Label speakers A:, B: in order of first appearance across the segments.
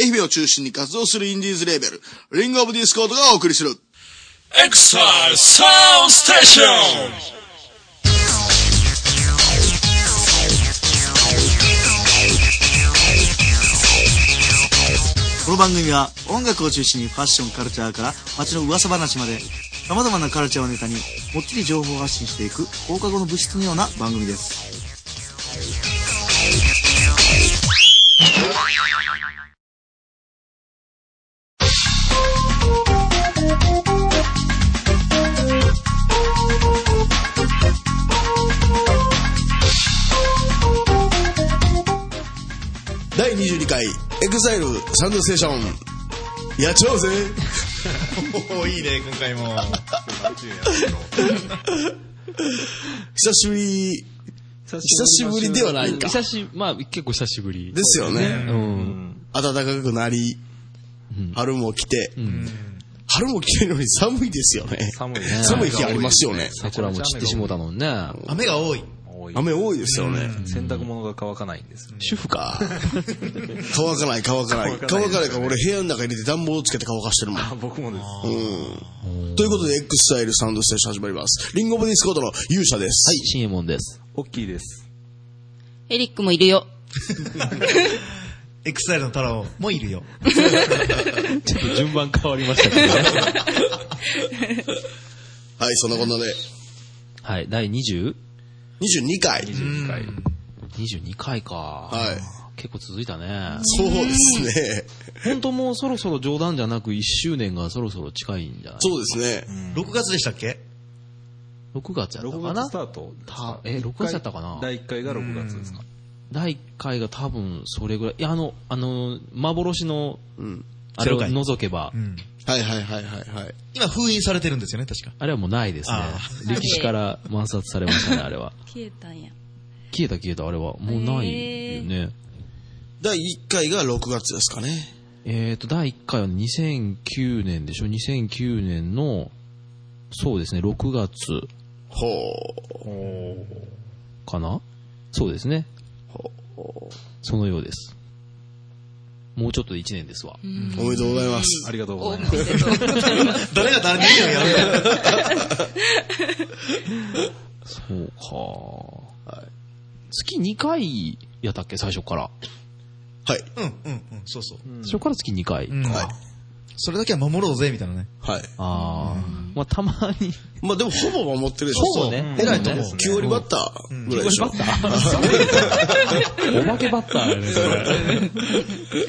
A: 愛媛を中心に活動するインディーズレーベル、リングオブディスコードがお送りする。
B: Exile Sound Station!
C: この番組は音楽を中心にファッションカルチャーから街の噂話まで様々なカルチャーをネタにもっちり情報発信していく放課後の物質のような番組です
A: 第22回、エグザイルサンドステーション、やっちゃおうぜ
D: おーいいね、今回も。
A: 久しぶり、
E: 久
A: 久しぶりではないか
E: 久し、まあ結構久しぶり。
A: ですよね。
E: うん。
A: 暖かくなり、春も来て、春も来てるのに寒いですよね。
F: 寒いね。
A: 寒い日ありますよね。
E: 桜も散ってしもうたもんね。
D: 雨が多い。
F: 多い。
A: 雨多いですよね。
F: 洗濯物が乾かないんですよ。
A: 主婦か。乾かない乾かない。乾かないから俺部屋の中入れて暖房をつけて乾かしてるもん。
F: 僕もです。
A: うん。ということで、X スタイルサウンドステーション始まります。リンゴオブディスコードの勇者です。
E: はい、新右衛門です。
F: 大きいです。
G: エリックもいるよ。
D: エクサイルの太郎もいるよ。
E: ちょっと順番変わりましたけどね。
A: はい。そんなことで、
E: はい、第 20?
A: 22回。
E: 22回か。
A: はい。
E: 結構続いたね。
A: そうですね。
E: 本当もうそろそろ冗談じゃなく1周年がそろそろ近いんじゃない
A: そうですね。
D: 6月でしたっけ
E: ?6 月やった
F: 6
E: か
F: 月
E: な
F: スタートですか
E: たえ6月やったかな
F: 第1回が6月ですか。
E: 第1回が多分それぐらい。いや、あの、あの、幻の、
A: うん。
E: あれを
D: ゼロ回
E: 除けば、
D: ん。
A: はいはいはいはいはい。
D: 今封印されてるんですよね、確か。
E: あれはもうないですね
D: あ。
E: 歴史から抹殺されましたね、あれは。
G: 消えたんや。
E: 消えた消えた、あれは。もうないよね。
A: 第1回が6月ですかね。
E: えっ、と、第1回は2009年でしょ ?2009 年の、そうですね、6月
A: ほう。
E: かなそうですね。そのようです。もうちょっとで1年ですわ。
A: おめでとうございます。
F: ありがとうござ
G: お
F: い
G: め
F: ます。
G: でとう。
D: 誰が誰に意味をやるの
E: そうか、月2回やったっけ最初から。
A: はい。
D: うん、うん、うん、そうそう。
E: 最初から月2回。
D: うん
A: はい。
D: それだけは守ろうぜ、みたいなね。
A: はい。
E: ああ、まあたまに。
A: まあでもほぼ守ってるでしょ。
E: ほぼね
A: そう偉いと
E: ほぼね
A: 思う。9割バッターぐらいでしょ。
E: お化けバッターやね、それ。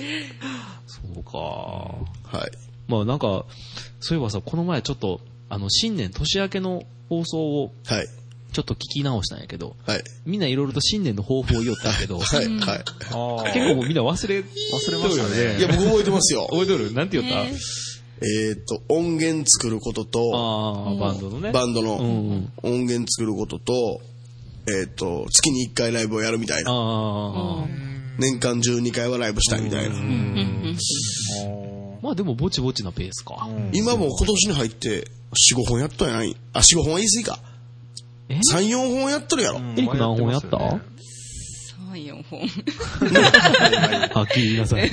E: そうか
A: はい。
E: まあなんか、そういえばさ、この前ちょっと、あの、新年年明けの放送を
A: はい。
E: ちょっと聞き直したんやけど、
A: はい。
E: みんないろいろと新年の抱負を言おったけど、 結
A: はい。はい。
F: あー
E: 構もうみんな忘れ、忘れました
A: いや、
E: ね。
A: 僕覚えてますよ。
E: 覚えとるなんて言った、
G: えー
A: えーっと、音源作ることと、
E: ああ、バンドのね。
A: バンドの
E: うんうん
A: 音源作ることと、えーっと、月に1回ライブをやるみたいな。
E: あ
A: 年間12回はライブしたいみたいな。
E: あ。まあでもぼちぼちなペースか。
A: 今もう今年に入って、4、5本やったやないあ、4、5本は言い過
E: え
A: ぎか。3、4本やっとるやろ。
E: エリック何本やった、
G: 三四本。
E: はっきり言いなさ い。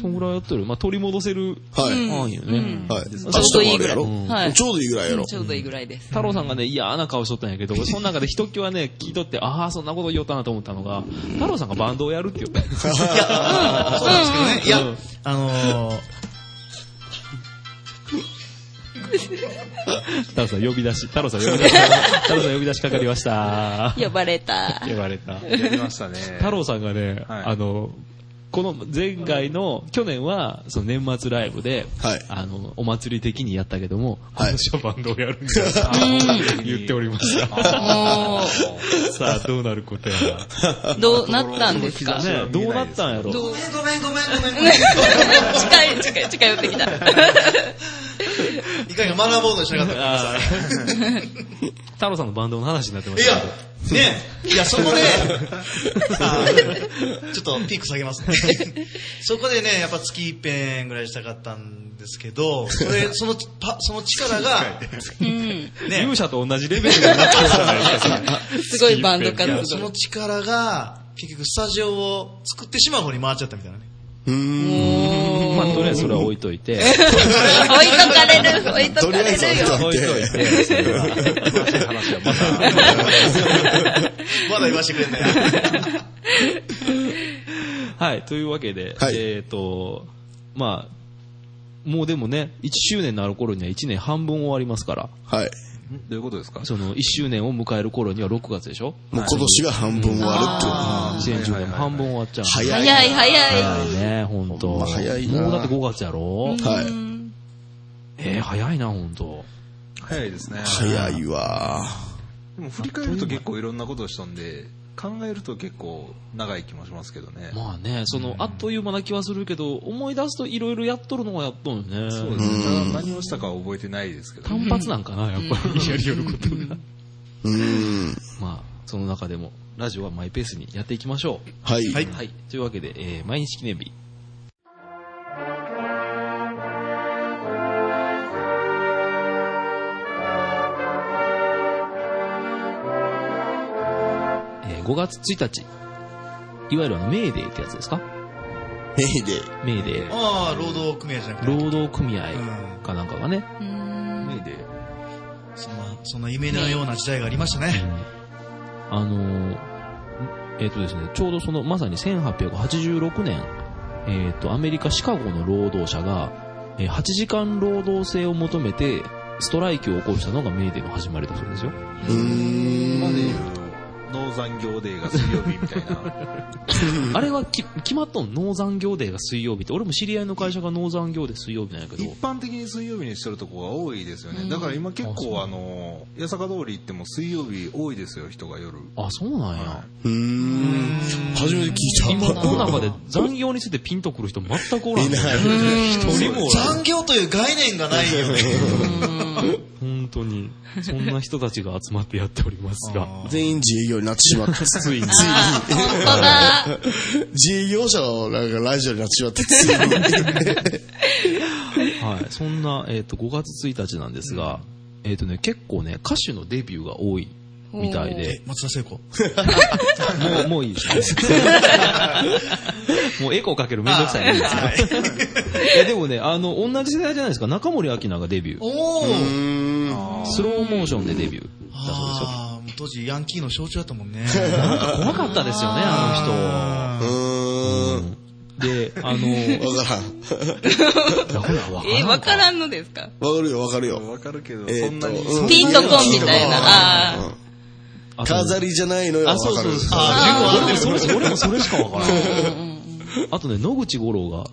E: そんぐらいやってる。まあ取り戻せる。
A: はい。
E: ああ、いいよね。
A: はい。明
G: ちょうど
A: 日も
G: い
A: ある
G: いぐ
A: や
G: らい
A: ろ。
G: はい
A: ちょうどいいぐらいやろ。
G: ちょうどいいぐらいです。
E: 太郎さんがね、嫌な顔しとったんや けど、その中で一きはね、聞いとって、ああ、そんなこと言おったなと思ったのが、太郎さんがバンドをやるって言ったん ですよ。
D: いや、そうなんですけどね。いや
E: うん、
D: あのー、
E: 太郎さん呼び出し、太郎さん呼び出し、太郎さん呼び出しかかりました。
G: 呼ばれた。
E: 言われた。
F: やりましたね。
E: 太郎さんがね、
F: はい
E: あの、この前回の、去年は、その年末ライブで、
A: はい
E: あの、お祭り的にやったけども、
A: はい
E: 今年はバンドをやるんだ と言っておりました。
G: お
E: さあ、どうなることや。
G: ーどうなったんですから
E: ねどうなったんやろ。
G: どう
D: ごめんごめんごめんごめん。
G: 近い、近い、近寄ってきた。
D: いかに学ぼうとしなか ったから
E: あー太郎さんのバンドの話になってま
D: い
E: し
D: や
E: たけど。、
D: ねえ、いや、 そこで、あーちょっとピーク下げますね。 そこでね、やっぱ月一遍ぐらいしたかったんですけど、そ れ、その、パその力が、
G: うん。
D: ね
E: 勇、者と同じレベルになってるじゃないですか。
G: すごいバンド活
D: そ
G: 動。
D: の力が、結局スタジオを作ってしまう方に回っちゃったみたいなね。
A: うーん。
E: まあ、とりあえずそれは置いといて、
G: 置いとかれる、置いと
A: と
G: か
A: りあえず
G: れるよ。
A: 置いといて。
F: 詳しい話はまた。
D: まだ言わせてくれない。
E: はい、というわけで、
A: はい
E: えっ、と、まあ、もうでもね、1周年になる頃には1年半分終わりますから、
A: はい。
F: どういうことですか
E: その1周年を迎える頃には6月でしょ
A: もう今年が半分終わるってこと
G: あ
E: ?2010 年も半分終わっちゃう。
A: 早い。
G: 早い早い。
E: 早いね、ほん
A: ほん
E: と。
A: ま早いな
E: もうだって5月やろ、
A: はい
G: うん
E: えー、早いな、ほんと。
F: 早いですね。
A: 早いわ。
F: でも振り返ると結構いろんなことをしたんで、考えると結構長い気もしますけどね。
E: まあね、その、あっという間な気はするけど、思い出すといろいろやっとるのがやっとるね。
F: そうですね。ただ何をしたかは覚えてないですけど、
E: 単
F: ね。
E: 発なんかな、やっぱり。 やりよることが。
A: うーん。
E: まあ、その中でも、ラジオはマイペースにやっていきましょ
A: はい。
E: う。はい。というわけで、えー毎日記念日。えー5月1日、いわゆるあの、メーデーってやつですか
A: メイデー。
E: メーデー。
D: ああ、労働組合じゃなくて。
E: 労働組合
D: うん
E: かなんかがね、
G: うん
F: メーデー
D: そんな、そんな夢のような時代がありましたね。
E: あのーえっ、とですね、ちょうどその、まさに1886年、えっ、と、アメリカ・シカゴの労働者が、えー8時間労働制を求めて、ストライキを起こしたのがメーデーの始まりだそうですよ。
A: うーん。
F: まで言うと、農産業デーが水曜日みたいな。
E: あれはき決まったの農産業デーが水曜日って、俺も知り合いの会社が農産業デー水曜日なんやけど
F: 一、般的に水曜日にしてるとこが多いですよね。だから今結構あの、八坂通り行っても水曜日多いですよ、人が夜。
E: あ、そうなんや。
A: うーん。初めて聞い
E: 今、
A: た。
E: この中で残業についてピンとくる人全くおらん、
A: いない。
E: 一 人もおらん
D: 残業という概念がないよね。
E: 本当に、そんな人たちが集まってやっておりますが。
A: 全員自営業になってしまった。ついに。
G: あー本当だ。
A: 自営業者のなんかラジオになってしまった。ついに。
E: はい、そんな、えっと5月1日なんですが、えっとね、結構ね歌手のデビューが多いみたいで
D: え松田聖子。
E: もうもういいです ねもうエコーかけるめんどくさいねいやでもねあの同じ世代じゃないですか中森明菜がデビュー
D: おお。
E: スローモーションでデビューだそうですよ
D: ああ、もう当時ヤンキーの象徴だったも んね。
E: 怖かったですよねあ
A: うーん。
E: の人であの
A: わからん。
E: ほらわ
G: え、わからんのですか
A: わかるよ、わかるよ。
F: わかるけど、
A: えー
F: そんなに
A: と。うん
G: ピンとこんみたいな。あー
E: あと
A: 飾りじゃないのよ、わ
E: あそう
A: か
E: そ
A: る
E: う。そう
D: あ
E: 俺もそれし俺もそれしかわから んあとね野口五郎が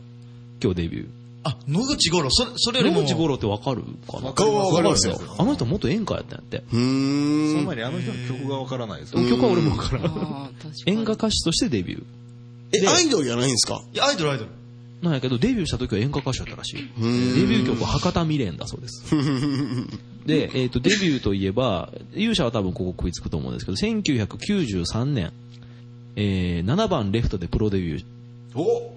E: 今日デビュー
D: あ、野口五郎、それ、それより
E: 野
D: も。
E: 口五郎ってわかるかな
A: 顔はわかりますよ。
E: あの人元演歌やったんやって。
A: う
F: そ
A: ー
F: の
A: ん。
F: 前にあの人の曲がわからないですよ。
E: 曲は俺もわからん。
G: あー。確かに
E: 演歌歌手としてデビュー。
A: え、アイドルじゃないんですか
D: いや、アイドルアイドル。
E: なんやけど、デビューした時は演歌歌手だったらしい。デ
A: ん
E: ビュー曲は博多未練だそうです。 で、えっ、と、デビューといえば、勇者は多分ここ食いつくと思うんですけど、1993年、えー、7番レフトでプロデビュー。
A: お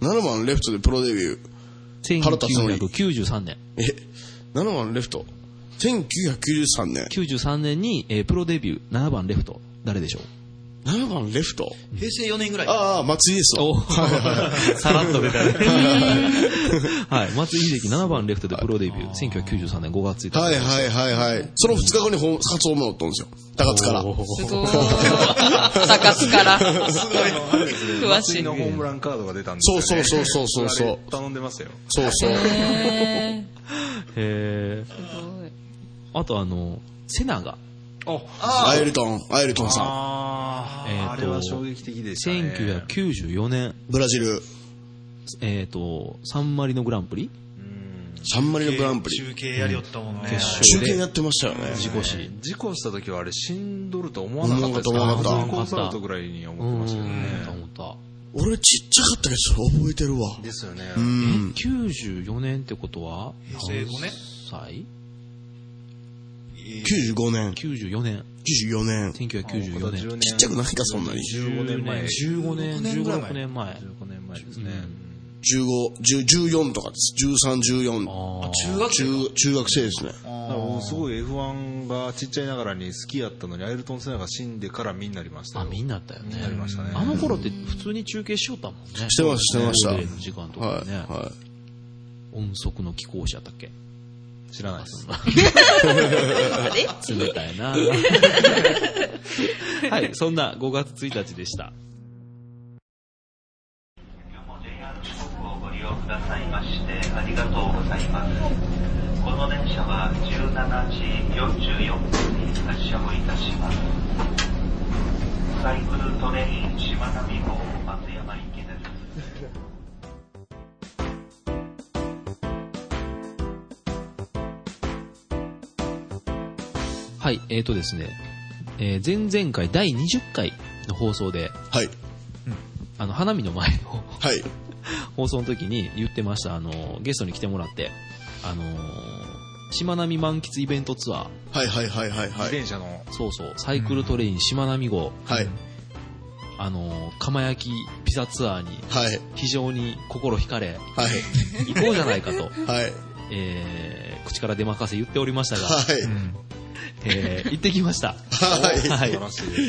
A: !7 番レフトでプロデビュー。腹立つのに
E: 1993年。
A: え、7番レフト。1993年。
E: 93年に、えープロデビュー、7番レフト。誰でしょう
A: 7番レフト
D: 平成4年ぐらい。
A: ああ、松井ですわ。
E: おさらっと出たね。はい。松井秀喜7番レフトでプロデビュー。1993年5月1日。
A: はいはいはいはい。その2日後にほ初ホームラン打ったんですよ。高津から。
G: すごい。高津から。すごい。詳し
F: 次
G: い
F: の。ホームランカードが出たんで
A: そう
F: す
A: そ
F: よ、
A: う
F: ね。
A: そうそうそうそ
F: あ
A: う
F: れ。頼んでますよ。
A: そうそう。
G: へ
E: へえ。
G: ーすごい
E: あとあの、セナが、
A: アイルトン、アイルトンさん。
F: あ
E: えーと
F: あれは衝撃的でしたね。
E: 1994年、
A: ブラジル、
E: えっ、と、サンマリノグランプリ
A: サンマリノグランプリ。
D: 中継やりよったもんね。
E: 決
A: 中
E: 勝
A: 継
E: で
A: やってましたよね。
E: 事故死。
F: 事故した時はあれ死んどると思わなかったです
A: 思わなかった
F: 普通にコンサートぐらいに思
E: う
F: ってまし
E: ん、
F: たけどね。
E: 思った。
A: 俺ちっちゃかったけど、それ覚えてるわ。
F: ですよね。
A: うん。
E: 94年ってことは、
D: 平成5年
E: 歳
A: 95年、
E: ?94 年。
A: 94年。
E: 1994年。
A: ちっちゃくないか、そんなに。
F: 15年前。
E: 15年、
D: 15年ぐらい
E: 16年前。
F: 15年前ですね。
A: 15、10 14とかです。13、14。
E: あ
D: 中学生
A: 中中学生ですね。
F: だからもうすごい F1 がちっちゃいながらに好きやったのに、アイルトン・セナが死んでから見になりました
E: あ、
F: よ。
E: みんなだったよね。
F: なりましたね
E: あの頃って普通に中継しよったもんね。して
A: ましたしてました
E: 時間と
A: は
E: か
A: い。
E: ね。
A: は
E: 音速の貴公子やったっけ
F: 知らないです。
E: 冷た いなはい、そんな5月1日でした。
H: をご利用くださいましてありがとうございますこの電車は17時44分に発車をいたしますサイクルトレインしまなみ号松山行きです
E: はい、えーとですね、えー前々回第20回の放送で、
A: い。はい。
E: あの、花見の前の
A: はい。
E: 放送の時に言ってました、あの、ゲストに来てもらって、あのー、しまなみ満喫イベントツアー、
A: はいはいはいはいは
F: 自
A: い。
F: 転車の、
E: そうそう、サイクルトレインしまなみ号、
A: はい。
E: あのー、釜焼きピザツアーに
A: はい。
E: 非常に心惹 かれ、
A: はい。
E: 行こうじゃないかと、
A: はい。
E: えー、口から出まかせ言っておりましたが、
A: はい。
E: えー、行ってきました。
A: は
E: はい
F: 素晴らしいですね。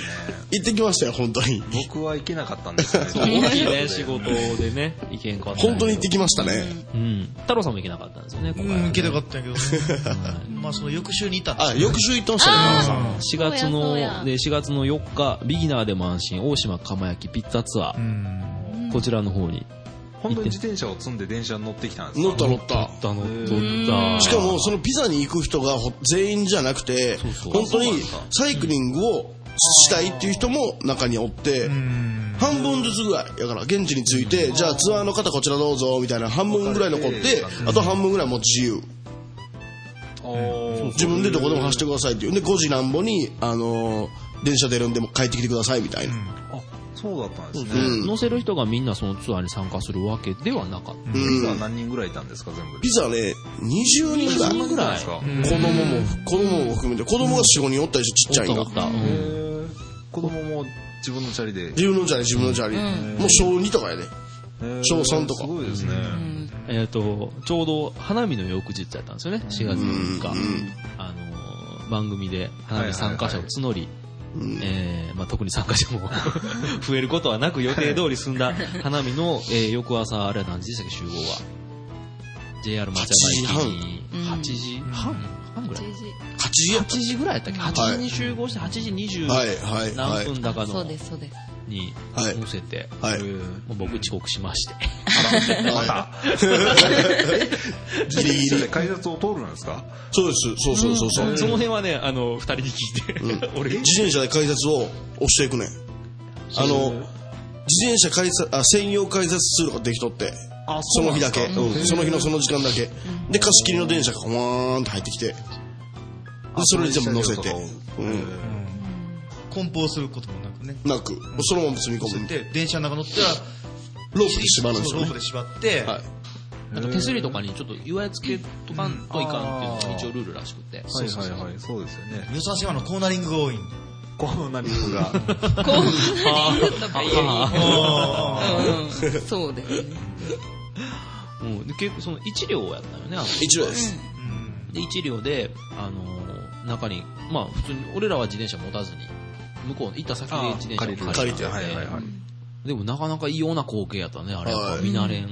A: い。行ってきましたよ、本当に。
F: 僕は行けなかったんですけど、
E: 大きいね、仕事でね、意見変わった。
A: 本当に行ってきましたね。
E: うん。太郎さんも行けなかったんですよね、今
D: う
E: 回はね、
D: ん、行けたかったんやけどね。
E: はい
D: まあ、その翌週にいたんです
A: あ、
D: よ
A: 翌週行ってましたね、
G: あー
A: 田中
E: 4月
G: そう
E: の
G: やそうや、
E: で、4月の4日、ビギナーで満身、大島釜焼きピッツァツア
D: う
E: ー、
D: ん。
E: こちらの方に。
F: 本当に自転車を積んで電車に乗ってきたんです
A: さん。
F: よ
A: 乗った乗った。
E: だの、だ
A: しかも、そのピザに行く人がほ全員じゃなくて、
E: そうそ
A: 本
E: う
A: 当
E: あそう
A: に
E: なんだ
A: サイクリングをしたいっていう人も中におって、
D: うん。
A: 半分ずつぐらいやから現地に着いて、じゃあツアーの方こちらどうぞみたいな半分ぐらい残ってあと半分ぐらいもう自由自分でどこでも走ってくださいっていうで5時なんぼに、あのー電車出るんでもう帰ってきてくださいみたいな、
F: あ、そうだったんですね。
A: うん
E: 乗せる人がみんなそのツアーに参加するわけではなかった。
A: うん
F: 実は何人ぐらいいたんですか、全部で。
A: ピザね20人ぐらい
E: そんなぐらい。
F: ですか
A: 子供も子供も含めて子供が45人おったでしょちっちゃい
E: お
A: の
E: ったおった。う
F: へ
E: ん
F: ー子供も自分のチャリで。
A: 自分のじゃね自分のじゃね、もう小2とかやね小
F: 三
A: 三とか
F: すごいですね。
E: えっと、ちょうど花見の翌日だったんですよね、4月の4日。あのー、番組で花見参加者を募り、
A: うん
E: えーまあ、特に参加者も 増えることはなく予定通り進 んだ花見の、えー翌朝あれは何時でしたっけ集合は JR 松山駅に8
G: 8
E: 時半半ぐらい
A: 8時やっ
E: 8時ぐらいやったっけ8時に集合して8時
A: たはい
E: 20
A: はいは
E: 何
A: い
E: 分だか
G: そ
E: の
G: うですそうです
E: に
A: はい
E: 乗せて、
A: はい
E: もう僕遅刻しまして
A: ギリギ
F: それ
A: リ
F: で改札を通るんですか
A: そうですそうそうそうそう、
E: その辺はねあの2人に聞いて、 俺
A: 自転車で改札を押していくねんあの自転車改札あ専用改札通路ができとってその日だけ、うんその日のその時間だけ、で貸し切りの電車がほわーんと入ってきてでそれに全部乗せて
F: あそういう車両とかを
A: うん
D: 梱包することもなくね。
A: なくそのまま積み込
D: そうやっ
A: む
D: て電車の中乗ったら、
A: ロープで縛るんです
D: そう
A: よ
D: ロー
A: ね
D: プで縛って、
A: はい
E: なんか手すりとかにちょっと岩屋つけとかんといかんっていうのが一応ルールらしくて、
F: はいはいはい、そうですよね。
D: 予算島のコーナリングが多いんで。
F: こうなりそうが。
G: こうなりとか言ううんそうですね
E: うん、で結構その1両やったよねあの
A: 一応です、
E: で1両で、あのー中にまあ普通に俺らは自転車持たずに向こうの行った先で自転車を借りて
A: あ
F: はいはいはい。
E: でもなかなか異様な光景やったねあれやっ
A: は
E: ぱ
A: い
E: 見慣れん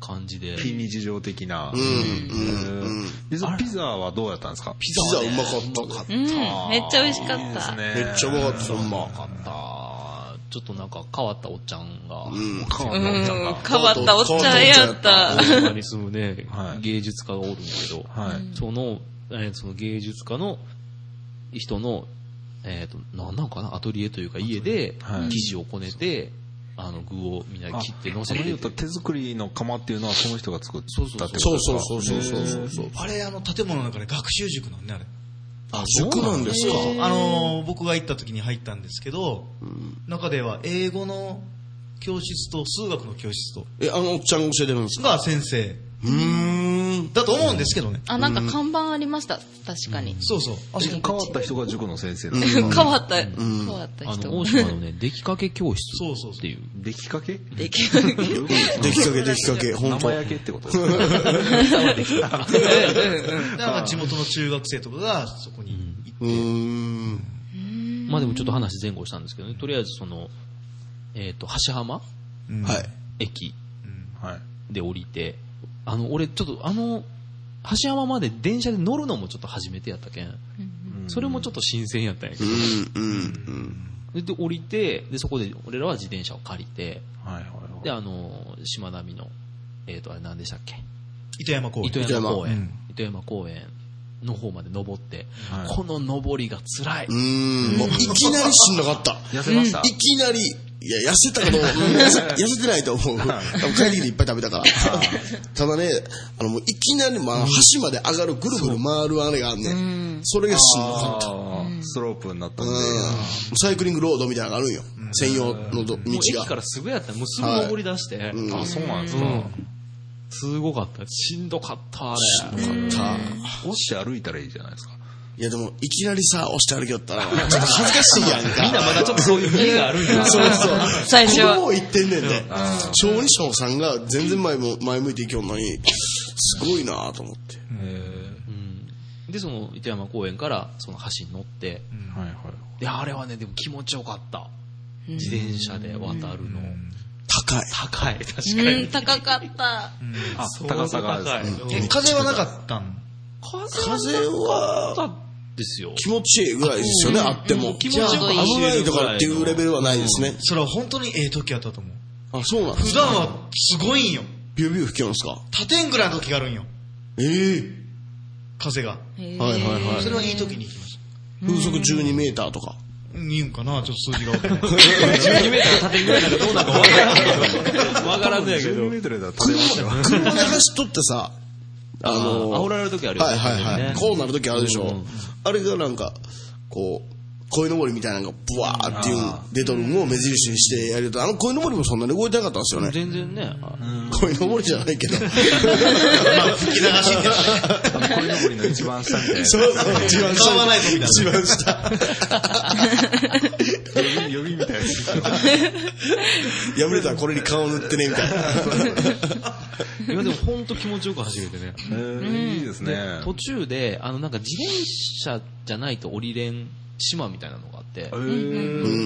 E: 感じで、
F: 非日常的な。
A: うんうんうん
F: うん実はピザはどうやったんですか
A: ピザうまかった
G: うんめっちゃ美味しかった
A: めっちゃうまかったほんま
E: あったちょっとなんか変わったおっちゃんが、
A: うん
F: た。
G: うん
F: 変わった
G: 変わったおっちゃんやった
E: 大島に住むね、
F: はい
E: 芸術家がおるんだけど、
F: はい。
E: その、えーその芸術家の人の、えっ、と、なんなんかな、アトリエというか家で
F: はい、
E: 生地をこねて、あの、具をみんなで切って乗せ
F: あの
E: て
F: 言う。た手作りの釜っていうのはその人が作ったってことですか
A: そうそうそうそうそうそうそう
D: あれ、あの、建物の中で学習塾なんね、あれ。
A: あ塾なんですか
D: あのー僕が行った時に入ったんですけど、中では英語の教室と数学の教室と
A: えあのおっちゃんが教えてるんですか
D: が先生
A: うーん
D: だと思うんですけどね。
G: あ、なんか看板ありました。確かに。
D: そうそう。あ
F: 変わった人が塾の先生だ。
G: 変わった、変わった
E: あ
G: 人
E: の、。大島の ね、出来かけ教室
D: そうそうそう
E: っていう。
F: 出来か け
G: できる。
A: 出来かけ、出来かけ、本当
F: 生焼けってこと
D: だから地元の中学生とかがそこに行って、
A: うーん。
E: まあでもちょっと話前後したんですけどね、とりあえずその、えっ、と、橋浜
D: うん
A: はい。
E: 駅
F: はい。
E: で降りて、あの、俺ちょっとあの、橋浜まで電車で乗るのもちょっと初めてやったけん、それもちょっと新鮮やったんやけ
A: うん、うん、
E: ど、で、降りて、で、そこで俺らは自転車を借りて、
F: はいはいはい。
E: で、あの、島並みの、えっ、と、あれ何でしたっけ
D: 糸山公園
E: 糸。山公
D: う
E: 園
D: ん、
E: 糸山公園の方まで登って、
F: はい
E: この登りが辛い。
A: うん。うん。もういきなりしんどかった。
F: 痩せました
A: いきなり、いや、痩せたけ ど、うん痩せ痩せてないと思う。多分帰りにいっぱい食べた から。ただね、あの、もういきなり、まあ、橋まで上がる、ぐるぐる回るあれがあんねん。それがしんどかった。
F: あースロープになったん
A: う
F: で
A: ん。サイクリングロードみたいなのがあるんよ。専用のど道
E: もう駅か
A: が。
E: らすぐやったもうすぐ登り出して、
A: うん。
F: あ、そうなんですか。
E: すごかった。しんどかった、あれ。
A: た
F: 落ちて歩いたらいいじゃないですか。
A: いや、でも、いきなりさ、押して歩きよったら、ちょっと恥ずかしいやん か。みんなまだちょっと
E: そういう家があるん だ。
A: そうそう。
G: 最初は
A: ここを言ってんねんで。小2小さんが全然前も前向いていきよんのに、すごいなと思って。
E: で、その、糸山公園から、その橋に乗って、
F: はいはい。
E: で、あれはね、でも気持ちよかった。自転車で渡るの。
A: 高い。
E: 高い、確か
G: うん、
E: に。
G: 高かった。
F: あ、高さがですね。
D: え風はなかったん
A: 風
E: 高
A: は
E: かったですよ。
A: 気持ちいいぐらいですよね、あっても。
E: 気持
G: ちよく
A: 危ないとかっていうレベルはないですね。
D: それは本当にええ時やったと思う。
A: あ、そうなんで
D: 普
A: す
D: 段
A: か
D: はすごいんよ。
A: ビュービュー吹きよんすか
D: 他天ぐらいの時があるんよ。
A: え
D: 風が。
A: えはいはいは
D: それ
A: い。
D: はいい時に行きました。
A: 風速12メーターとか。
D: いいんかなちょっと数字がわからない。
E: 12メーター縦ぐらいなんかどうなるかわからんけど。わから んのやけど
F: 10。メートルだったら食べまし
A: 車で走っとってさ、あ
E: あ
A: の
E: の、煽られる時あるよ
A: は
E: ね。
A: いはいはい。
E: ね
A: こうなるときあるでしょ。
E: うん
A: あれがなんか、こう、鯉のぼりみたいなのがブワーっていう出とるのを目印にしてやると、あの鯉のぼりもそんなに動いてなかったんですよね。
E: 全然ね。
A: 鯉のぼりじゃないけど。
D: 吹き 流しってやつね
F: たら。これのぼりの一番下みたいな。
A: そうそう、一番
D: 買わ
A: 下。
D: ないとみたい
A: 一番下。
F: 予備みたいな。
A: 破れたらこれに顔塗ってね、みたいな。
E: 今でも本当気持ちよく走れて ね。
F: えーいいですね。
E: 途中で、あの、なんか自転車じゃないと降りれん島みたいなのがあって
F: え、ー
A: う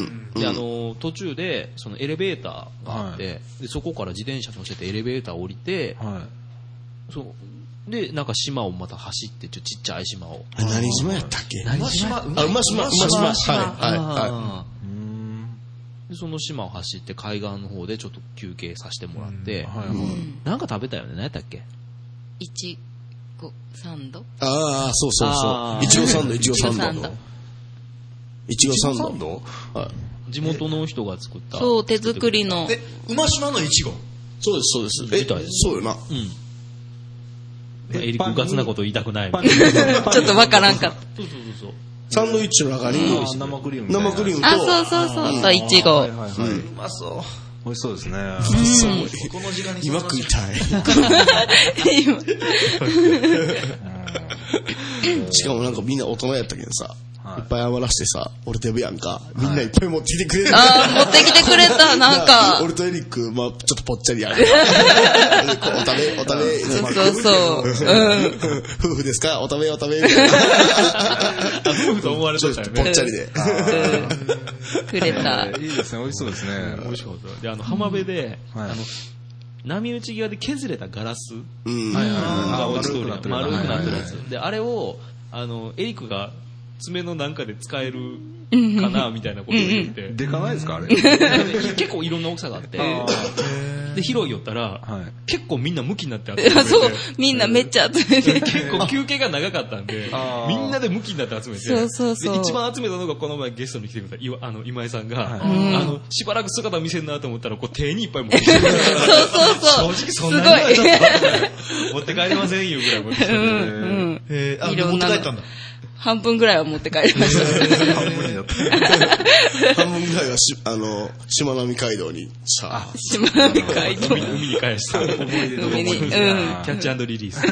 A: ん。
E: で、あの、途中で、そのエレベーターがあって、で、そこから自転車乗せてエレベーター降りて、
F: は
E: そう、で、なんか島をまた走って、ちょ、ちっちゃい島を。
A: あ何島やったっけ
E: 何
D: な。
A: あ、馬島、馬島。はい、はい、は
E: はい。で、その島を走って、海岸の方でちょっと休憩させてもらって、
F: い。はいはい。
E: なんか食べたよね、何やったっけ
G: いちごサンド
A: い。ああ、そうそうそ
E: あ
A: う。
E: ー
A: いちごサンド、いちご
G: いちご
A: サ
G: サ
A: ン
G: ン
A: ド
G: ド。
A: いちごサンド。
F: ド
A: はい
E: 地元の人が作った。
G: そう、手作りの。
D: で、馬島のイチゴ。
A: そうです、そうです。え、そうよな。
E: うん。まあエリックガツなこと言いたくない。
G: ちょっとわからんかった。
E: そうそうそうそう。
A: サンドイッチの中に
F: 生クリームみたいな。
A: 生クリームと、
G: あ、そうそうそうそう、いちご。
F: はいはいはい。
D: うまそう。
F: 美味しそうですね。
D: この時間に
A: 今食いたい。
G: 今
A: しかもなんかみんな大人やったけどさ、
F: はい
A: い、っぱい余らしてさ、俺と呼ぶやんか、みんないっぱい持ってきてくれた。
G: あー持ってきてくれた、なん
A: な
G: か。
A: 俺とエリック、まあちょっとぽっちゃり やん。こうお食べ、お食べ、
G: そうそうそう。うん。
A: 夫婦ですかお食べ、お食べ、みたいな。
E: 夫婦と思われ
A: ち
E: と
A: ょ
E: っ
A: った と
E: よ
A: ぽ
E: ね。
A: っちゃりで。
G: くれた。
F: いいですね、美味しそうですね。
E: 美味しかった。で、あの、浜辺で、
F: はい
E: あの、波打ち際で削れたガラス
A: うん。
E: が
F: あ
E: 落ちとるやん丸くなっ
F: はいはい
E: てるやつ。で、あれを、あの、エリックが爪のなんかで使えるかな、みたいなことを言って
F: はい。でかないですかあれ。はい。
E: 結構いろんな大きさがあって、で、広い寄ったら、結構みんな向きになってあって
G: い。やそう、みんなめっちゃ集めて。
E: 結構休憩が長かったんで
F: あ、ー
E: みんなで向きになって集めて。
G: そうそうそう
E: で一番集めたのがこの前ゲストに来てくれた岩あの今井さんが、
F: はい
E: あの、しばらく姿見せんなと思った ら、こう手にいっぱい持ってきて、
G: そうそうそう。
E: 正直
G: す
E: そ
G: ご
E: んなに
G: い。
E: 持って帰れませんよぐらい持ってきて
G: うん、うん。
D: えー、あ、
G: いろ
D: 持
G: ん
D: って
G: な
D: 帰
G: の
D: ったんだ。
G: 半分ぐらいは持って帰りました。
F: 半分になった。
A: 半分ぐらいはし、あの、しまなみ海道にさ、
G: しまなみ海道。
E: 海に返した。キャ
G: 海に。うん。
E: ッチリリース。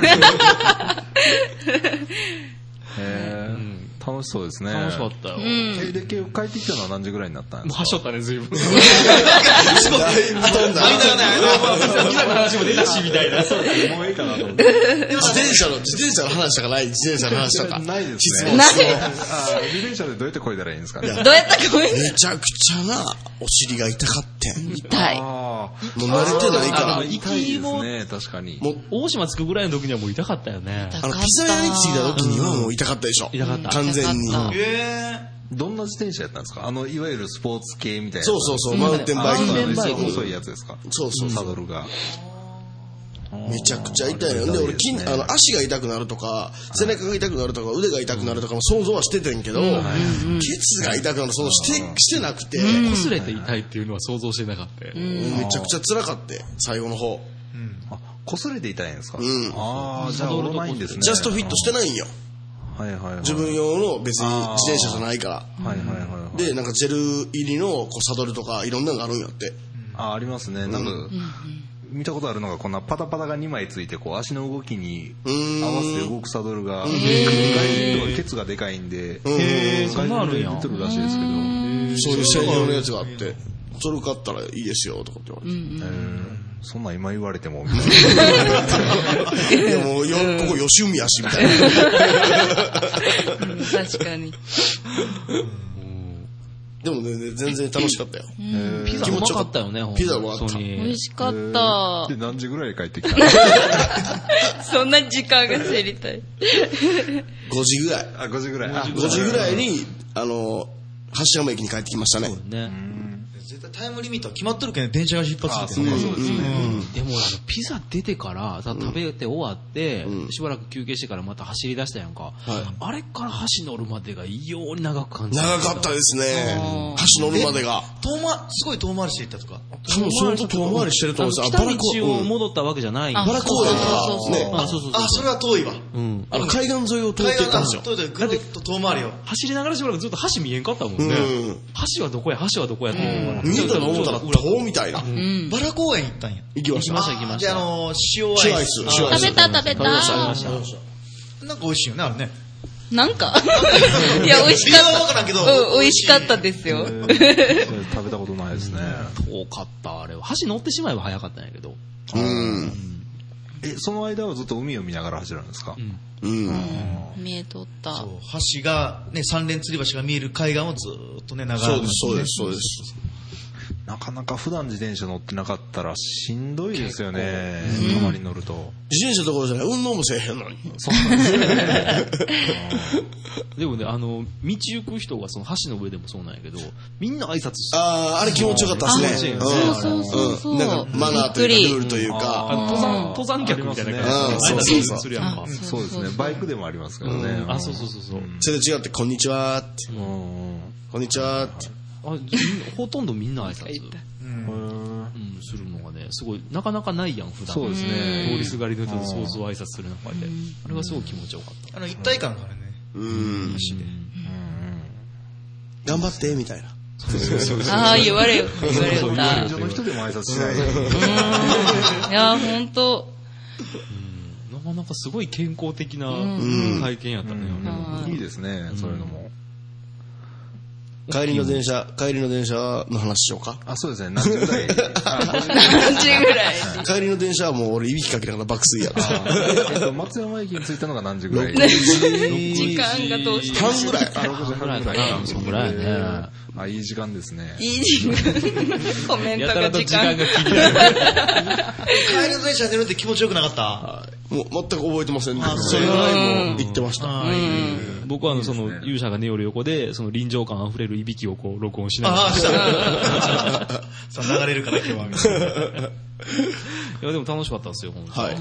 F: へー楽しそうですね。
E: 楽しかったよ。も
F: えで、結局帰ってきたのは何時ぐらいになったん
E: うはしょったね、随分。 話も出たし、みたいな。
F: もういいかなと思って。
A: 自転車の、自転車の話したかない自転車の話したか。
F: ないです
A: 質
F: ね
A: 問。質問
F: あー自転車でどうやってこいだらいいんですかね。
G: どうやったかごめんな
A: めちゃくちゃな、お尻が痛かってん。
G: さい。
F: ああ。
A: もう慣れてないから
E: あ。の
F: 痛いですね、確かに。
A: もう、
E: 大島着くぐらいの時にはもう痛かったよね。
A: あの、ピザ屋に着いた時にはもう痛かったでしょ。
E: 痛かった
A: 完全に。
G: 痛かっ
D: え
F: どんな自転車やったんですかあの、いわゆるスポーツ系みたいな。
A: そうそうそう、マウンテンバイク。
F: マウンテンバイク細いやつですか
A: そうそう
F: サドルが。
A: めちゃくちゃ痛いよ。で、俺、筋、あの、足が痛くなるとか、背中が痛くなるとか、腕が痛くなるとかも想像はしててんけど、ケツが痛くなる、その、して、してなくて、
E: 擦れて痛いっていうのは想像してなかったよ。
A: めちゃくちゃ辛かって、最後の方。
F: あ、擦れて痛いんですか
A: ん
F: ああ、じゃあ、オールマインですね。
A: ジャストフィットしてないんよ。
F: はいはいはい。
A: 自分用の別に自転車じゃないから。
F: はいはいはいはい。
A: で、なんかジェル入りのこうサドルとかいろんなのがあるんやって。
F: あ、ありますね。なんか、見たことあるのが、こんなパタパタが2枚ついて、こう、足の動きに
A: ーん
F: 合わせて動くサドルが、ケツがでかいんで、
E: へーそんな
F: 外
E: あるん
F: で
E: や
F: 出てるらしいですけど。
A: そういう専用のやつがあって、それ買ったらいいですよとかって言われて。
F: そんなん今言われても、みたいな。
A: いやもうよ、ここ吉海やしみたいな。
G: うん確かに。
A: でもね、全然楽しかったよ。
E: ピザうまかったよね、ほんと
A: ピザうまかった
E: に
G: 美味しかった
F: で、。何時ぐらいに帰ってきた
G: そんな時間が知りたい。
A: 5時ぐらい。
F: あ、5時ぐらい。あ
A: 5時ぐらいに、あの、橋山駅に帰ってきましたね。
E: ね。
D: ー、絶対タイムリミットは決まっとるけんね、電車が引っ張ってきて
A: う
D: ね。
A: んうん
E: でもあの、ピザ出てから、さ食べて終わって、しばらく休憩してからまた走り出したやんか。あれから箸乗るまでが異様に長く感じ
A: 長かったですね。橋乗るまでが。
D: 遠回、すごい遠回りしていったとか。
A: 多分それと遠回りしてると思うん
E: 来
A: です
E: た
A: よ。あ、バラ
E: 道を
A: 公園。
E: 戻ったわけじゃない。
G: あ
A: バラ公園と
G: そう
A: か、
G: そうそう
A: ね、
E: あ、そうそうそう。
D: あ、それは遠いわ。
E: うん。
A: あの海岸沿いを通って
D: 海
A: いった
D: 岸
A: ん
D: だ
A: ですよ。
D: 遠いでぐるっと遠回りよ。
E: 走りながらしばらくずっと箸見えんかったもんね。
A: うん
E: 箸はどこや、箸はどこやっていうのが。
A: 見えたら思ったら、遠みたいな。
D: バラ公園行ったんや。
A: 行きました。
D: あーで、あのー、塩アイス。
A: 塩アイス塩アイ
G: 食
A: ス
G: べた食べた。
D: なんか美味しいよね、あれね。
G: なんかいや、美味しか
D: 理由はわ
G: っ
D: からんけど
G: た。うん、美味しかったですよ。
F: 食べたことないですね。
E: 遠かった、あれは。箸乗ってしまえば早かったんやけど。
A: うん。
F: え、その間はずっと海を見ながら走るんですか
A: うん。
G: 見えとった
D: そ。う、橋が、ね、三連吊り橋が見える海岸をずーっとね、長
A: そ
D: ら
A: うです、そうです、そうです。
F: なかなか普段自転車乗ってなかったらしんどいですよね。たまに乗ると。
A: 自転車どころじゃない、運動もせえへんのに。
E: でもね、あの、道行く人がその箸の上でもそうなんやけど、みんな挨拶して。
A: あー、あれ気持ちよかったで
E: あ
A: す
E: 気
A: ね。
E: 持ちいい
G: そうそうそうそ
A: ん
G: う。
A: なんかマナーと
G: びっ
A: いうかルー
G: く
A: ルという
E: あの
A: か。
E: 登山、登山客みたいな
A: あり
E: 感
A: ま
E: じ
A: すねそうそ
E: で。挨
A: う
E: 拶
A: そう
E: するやんか。
G: り
F: そうですね。バイクでもありますからね。
E: あ、そうそうそうそう。
A: それで違って、こんにちはって。
F: うん。
A: こんにちはって。
E: あみんな ほとんどみんな挨拶
G: いた
E: うん、するのがね、すごい、なかなかないやん、普段。
F: そうですね
E: 通りすがりの人と想像挨拶する中で。あれはすごい気持ちよかった。
D: あの、一体感があるね。
A: うん。頑張って、みたいな。
G: ああ、言われよ。言われよった
F: 近。所の人でも挨拶しない。
G: いや、ほんと。
E: なかなかすごい健康的な体験やったね。
G: うん
F: いいですね、そういうのも。
A: 帰りの電車、帰りの電車の話しようか。
F: あ、そうですね。何十 代。
G: 何時ぐらい
A: 帰りの電車はもう俺、いびきかきながら爆睡やから。
F: えっと松山駅に着いたのが何時ぐらい
G: 時間がどうしても
A: 半ぐらい。
F: あ、6時半ぐらいかな。
E: そんぐらいね
F: あ、いい時間ですね。
G: いい時間。コメント
E: やた
G: が
E: らと
G: 時
E: 時
G: 間
E: 間
G: が
E: が。気になる。
D: 帰りの電車出るって気持ちよくなかった
A: もう全く覚えてませんね。それぐらいもう行ってました。
D: あー
E: 僕はあの、その、勇者が寝よる横で、その臨場感あふれるいびきをこう、録音しながら
D: あ ー、。した。さあ、流れるから今日は、みたいな。
E: いや、でも楽しかったですよ、ほんと。
A: はい。
G: はい、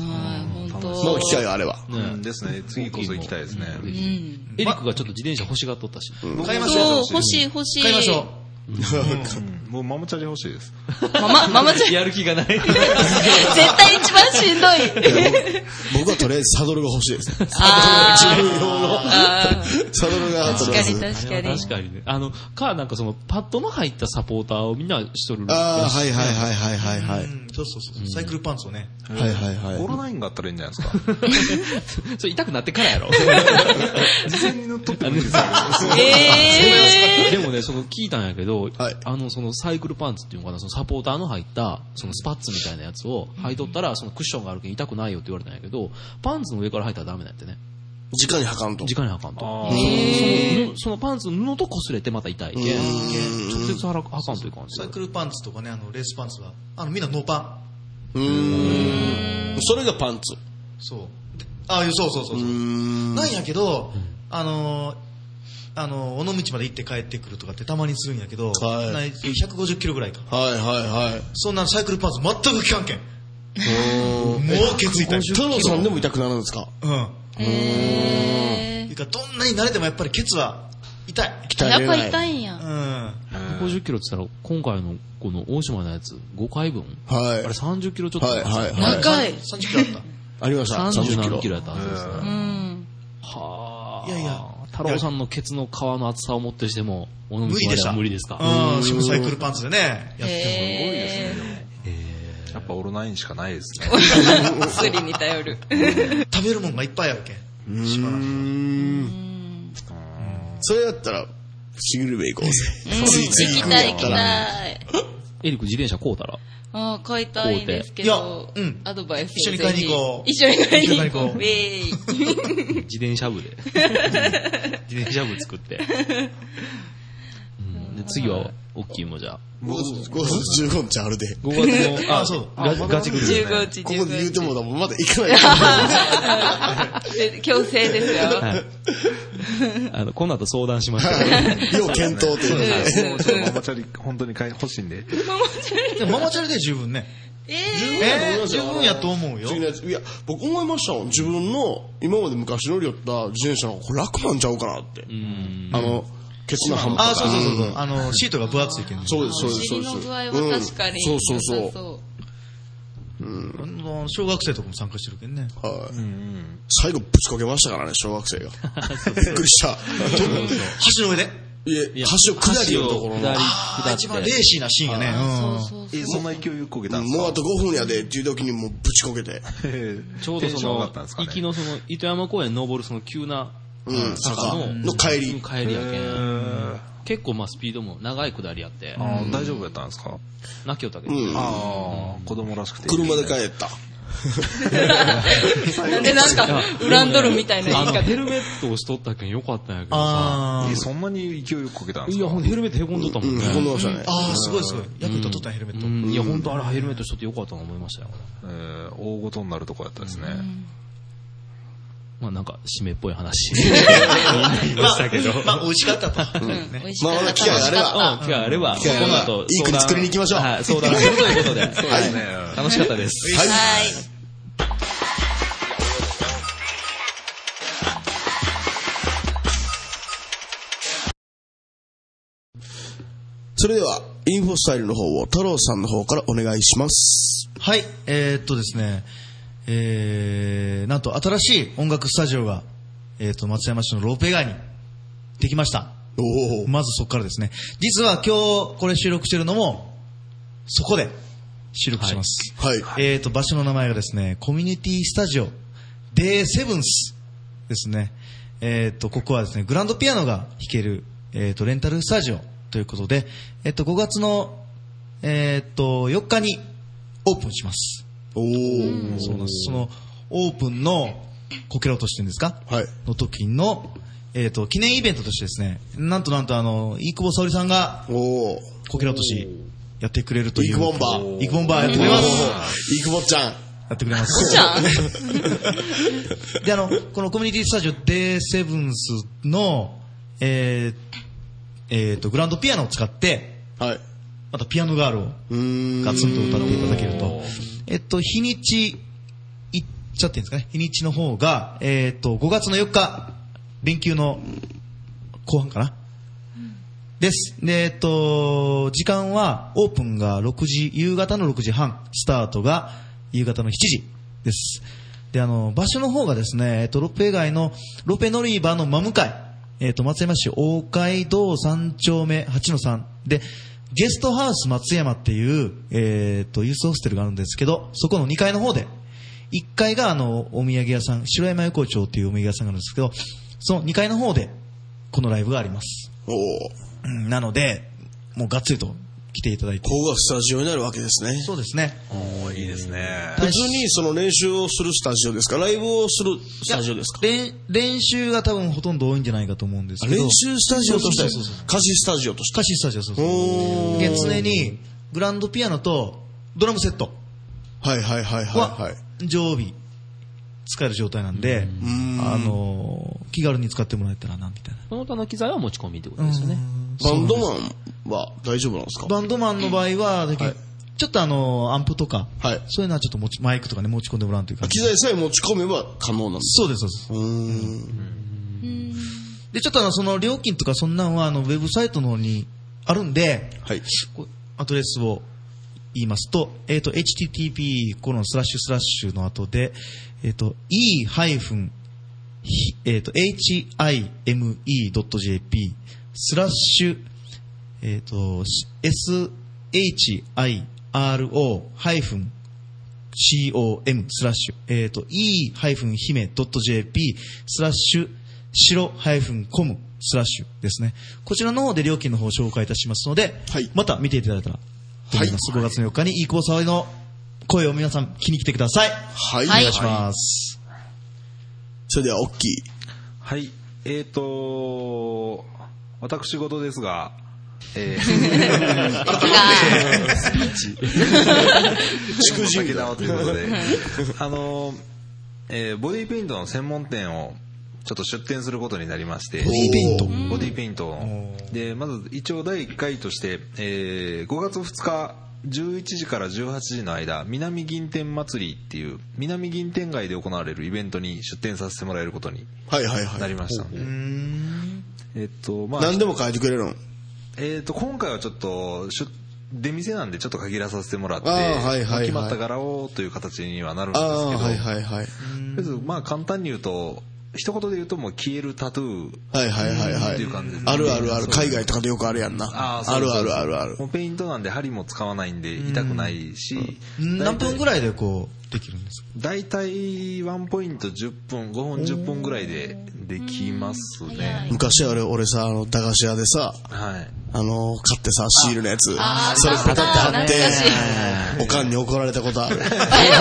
G: ほん
A: ま
G: と
A: あ、。機会があれば。
F: うんですね。次こそ行きたいですね。
E: エリックがちょっと自転車欲しがっとったし。
G: そう、欲しい欲しい。
D: 買いましょう。
F: もうママチャリ欲しいです。
G: ママ、ママちゃん、
E: やる気がない。
G: 絶対一番しんどい。
A: 僕はとりあえずサドルが欲しいです。
G: あ
A: 自分
G: ー
A: 用の
G: あー。
A: サドルがと
G: 確
A: りあ
G: か
A: え
G: に
A: ず。
G: 確かに。
E: 確かにね。あの、か、なんかその、パッドの入ったサポーターをみんなしとる
A: あ
E: ら
A: あ、
E: しい。
A: はいはいはいはいはいはい。
D: うんそうそうそう。サイクルパンツをね。
A: はいはいは
F: オ
A: い。
F: ロナインがあったらいいんじゃないですか。
E: それ痛くなってからやろ。
F: 事前に乗っとってもいいですよ。
G: え
E: でもね、その聞いたんやけど、
A: はい
E: あの、そのサイクルパンツっていうのかな、そのサポーターの入った、そのスパッツみたいなやつを履いとったら、そのクッションがあるけん痛くないよって言われたんやけど、パンツの上から履いたらダメなんやってね。
A: 直に測ると。
E: 直に履かんと。
G: ー。えー。
E: そのそのパンツの布と擦れてまた痛いけん。直接履か履かんといかんし
D: サイクルパンツとかね、あの、レースパンツは。あの、みんなノーパ
A: う
D: ン。
A: ーん。それがパンツ。
D: そう。でああいう、そうそうそうそうう。
A: ーん。
D: なんやけど、あのー、あのー、尾道まで行って帰ってくるとかってたまにするんやけど、
A: はい
D: ない150キロぐらいか。
A: はいはいはい。
D: そんなサイクルパンツ全く効かんけん。
A: うーん。
D: もうケツ痛い。
A: 太郎さんでも痛くなるんですか
D: うん。いうか、どんなに慣れてもやっぱりケツは痛 い。
A: 鍛
G: や
A: えれ
G: っぱ
A: ない。
G: 痛いんや
D: う。ん。
E: 150キロって言ったら、今回のこの大島のやつ、5回分
A: は
E: あ
A: い
E: れ。30キロちょっと。
A: はいはいはい。
G: 長い。
D: 30キロあった。
A: ありました。
E: 30
A: 30
E: 何
A: キ
E: キ
A: ロ。
E: ロやったはずですね。
G: うん。
E: はあ。
D: いやいや
E: 太郎さんのケツの皮の厚さをもってしても、おの
D: 無理でした。
E: 無理ですか。
D: うん、しかもサイクルパンツでね、やって
G: へ
F: やっぱオロナインしかないですね。
G: ー。薬に頼る。
D: 食べるもんがいっぱいあるけん。島なん
A: う
D: て
A: ーん。それやったら、シグルベ行こうぜ。
G: うん
A: ついつい
G: 行きたい行きたい。
E: エリック自転車こうたら。
G: ああ、買いたいんですけど、
D: いやうん
G: アドバイスを
D: 一緒に買いに行こう
G: ぜひ一緒に買いに行こ
D: 一緒に買いに行
G: う。
D: こう
G: ウェー
E: 自
G: イ。
E: 転車部 で。自転車部作って。うん、で次は、大きいもんじゃあ。
A: 5月15日あるで。こ
E: 5月の、
D: あそう
E: ガガチグルメ。
G: 15日、15日。
A: こで言うてもだもん、まだ行かない。
G: 強制 ですよ。
E: はい。あの、この後相談し ました
A: 要検討ということで。
F: もうちょっとママチャリ本当に買い欲しいんで。
D: でもママチャリで十分ね。
G: え
D: えー、十分やと思うよ。
A: 次のやついや、僕思いましたもん。自分の、今まで昔乗り寄った自転車の方が楽なんちゃうかなって。あの、ケツの半端
D: あ、そうそうそうそう。あの、シートが分厚いけど、ね、
A: そうです、そ
G: ー、お
A: うです、そう
G: 尻
A: です。
G: の具合は確かに。
A: うんそうそう
G: 良さ
A: そう。
D: あの小学生とかも参加してるけどね。
A: はい最後ぶちこけましたからね、小学生が。びっくりした。
D: 橋の上で。
A: いえ、橋を下りのところの。
E: 下り、
D: あー一
E: 下
D: 番
E: っ
D: レー
E: て。
D: シーなシーンやね。うん
G: そうそう
F: え、そんな勢いよくこけたんですか
A: もうあと5分やでっていう時にもうぶちこけて。
E: ちょう
F: テ
E: ど
F: ン
E: そ
F: ション上
E: の
F: がったんですか、ね
E: 行きのその、糸山公園に登るその急な
A: うん、
E: 坂
A: 坂
E: の
A: の帰り。
E: 帰りやけん。結構まあスピードも長い下りやって、
F: あー大丈夫やったんですか
E: 泣きよったけど。
A: うん。
F: ああ、子供らしくていいすね。
A: 車で帰った。
G: そう。なんでなんか、恨んどるみたいな言
E: あ
G: い
E: の、
G: 方。
E: ヘルメットをしとったけんよかったんやけどさ。
D: あ
F: え
D: ー
F: そんなに勢いよくこけたんです
E: い
F: か
E: や、ほんとヘルメットへこんどったもんね。
A: うん、こんなましたね。
D: あー、すごいすごい。役に立っとったんやヘルメット。
E: うんいや、本当あれヘルメットしとってよかったと思いましたよ。
F: えー大ごとになるとこやったですね。
E: まあなんか、締めっぽい話。 言いましたけど。うん
D: まあ、美味しかったと。
G: うん美味し
A: まあ
G: か
A: ま
G: っ
A: だ
G: た。
A: 機会があれば。
E: 今 日あれば、こ
A: 機会あれば
E: の後、
A: いい国作りに行きましょう
E: はい、相談するという ことで。
F: はいね。
E: 楽しかったです。
G: はい。
A: それでは、インフォスタイルの方を太郎さんの方からお願いします。
D: はい、えーっとですね、えー、なんと新しい音楽スタジオが、えーっと、松山市のローペガーにできました。
A: おお。
D: まずそこからですね。実は今日これ収録してるのも、そこで収録します。
A: はい。
D: えーっと、場所の名前がですね、コミュニティスタジオデイセブンスですね。えーっと、ここはですね、グランドピアノが弾ける、えーっと、レンタルスタジオということで、えーっと、5月の、えーっと、4日にオープンします。
A: おお。
D: そうなんです。その、オープンの、こけら落としっていうんですか
A: はい。
D: の時の、えっ、と、記念イベントとしてですね、なんとなんとあの、飯久保沙織さんが、
A: おお。
D: こけら落とし、やってくれるという。
A: イクボンバー
D: イクボンバーやってくれます。
A: イクボちゃん。
D: やってくれます。
G: じゃん。
D: で、あの、このコミュニティスタジオデイセブンスの、えー、えっ、と、グランドピアノを使って、
A: はい。
D: またピアノガールを
A: うーん。
D: ガツンと歌っていただけると。えっと、日にち、いっちゃっていいんですかね。日にちの方が、えっと、5月の4日、連休の後半かな。です。で、えっと、時間はオープンが6時、夕方の6時半、スタートが夕方の7時です。で、あの、場所の方がですね、えっと、ロペ街の、ロペ乗り場の真向かい、えっと、松山市大街道3丁目8の3で、ゲストハウス松山っていう、えっと、ユースホステルがあるんですけど、そこの2階の方で、1階があの、お土産屋さん、白山横丁っていうお土産屋さんがあるんですけど、その2階の方で、このライブがあります。
A: おお。
D: うんなので、もうがっつりと来ていただいて。
A: ここがスタジオになるわけですね。
D: そうですね。
F: いいですね。
A: 普通にその練習をするスタジオですかライブをするスタジオですか
D: 練練習が多分ほとんど多いんじゃないかと思うんです
A: あ
D: けど。
A: 練習スタジオとして
D: そうそうそうそう
A: 歌詞スタジオとして
D: 歌詞スタジオそうそう
A: おー
D: で常にグランドピアノとドラムセット
A: はいはいはいはいは。
D: はい常備使える状態なんで、
A: ん
D: あのー気軽に使ってもらえたらなみたいな
E: その他の機材は持ち込みってことですよね。
A: バンドマンは大丈夫なんですか
D: バンドマンの場合は、だけど
A: はい
D: ちょっとあのーアンプとか、
A: はい
D: そういうのはちょっと持ちマイクとかね持ち込んでもらうというか
A: 機材さえ持ち込めば可能なんです。
D: そうですそうで
A: う
D: す
A: ーん。
D: でちょっとあのその料金とかそんなんはあのウェブサイトの方にあるんで
A: はい。
D: こアドレスを言いますと、えっ、と、http コロンスラッシュスラッシュの後で、えっ、と、e- ひえっ、と、hime.jp スラッシュ、えっ、と、shiro-com スラッシュ、えっ、と、e-hime.jp スラッシュ、白-com スラッシュですね。こちらの方で料金の方を紹介いたしますので、
A: はい
D: また見ていただいたらと思います。5月の4日に、いい子さわりの声を皆さん聞きに来てください。
A: はい。お願
G: はい
A: いし
D: し
A: ま
D: ます。
A: す。それでは、おっきい。
F: はい。えっ、と、私事ですが、え ー、祝辞だということで、あの、えーボディーペイントの専門店をちょっと出店することになりまして、ボディーペイントボディーペイントので、まず一応第1回として、えー5月2日、11時から18時の間、南銀天祭りっていう、南銀天街で行われるイベントに出店させてもらえることに
A: はいはいはい。
F: なりましたんで。えっと、まあ、
A: 何でも書いてくれるの
F: えっと、今回はちょっと、出出店なんでちょっと限らさせてもらって、
A: あーはいはいはい
F: まあ決まった柄をという形にはなるんで
A: あ
F: すけど、
A: あ、はいはいはい。
F: とりあえずまあ簡単に言うと、一言で言うともう消えるタトゥー。
A: はいはいはいはい。
F: っていう感じですね
A: あるあるある。海外とかでよくあるやんな。
F: あーそ
A: あ
F: うで
A: る
F: す
A: あるあるある。
F: もうペイントなんで針も使わないんで痛くないし、
D: 何分ぐ
F: い
D: らいでこう、できるんですか
F: 大体ワンポイント10分、5分10分ぐらいでできますね。
A: 昔あれ、俺さ、あの、駄菓子屋でさ、
F: はい。
A: あの、買ってさ、シールのやつ
G: あ。ー
A: それペタって貼っ
G: 懐かしい
A: て、おかんに怒られたことある。
G: え、怒られ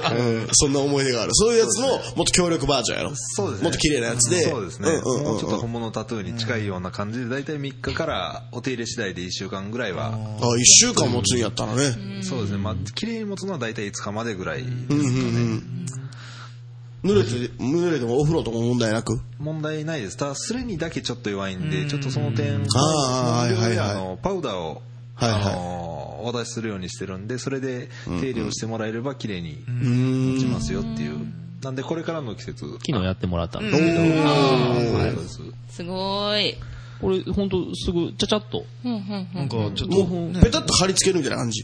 G: たの
A: うん、そんな思い出がある。そういうやつの、もっと強力バージョンやろ。
F: そうですね。
A: もっと綺麗なやつで。
F: そうですね。
A: うんうん
F: もう
A: うん
F: ちょっと本物タトゥーに近いような感じで、大体3日からお手入れ次第で1週間ぐらいは、
A: あ、一週間持つんやったらね。
F: そうですね。まあ、綺麗に持つのは大体5日までぐらい。
A: うんうんうん。濡れて、濡れてもお風呂とかも問題なく。
F: 問題ないです。ただ、スレにだけちょっと弱いんで、ちょっとその点、
A: あーはいはいはい
F: あのパウダーを、
A: はいはい
F: あのお渡しするようにしてるんで、それで手入れをしてもらえれば綺麗に
A: う
F: 落ち
A: ん。
F: ますよっていう。なんで、これからの季節。
E: 昨日やってもらったんで
A: おー
F: はいそうです
G: すごーい。
E: これほんとすぐ、ちゃちゃっと。
G: うんうんうん。
D: なんか、ちょっと、
A: もう、ペタッと貼り付けるみたいな感じ。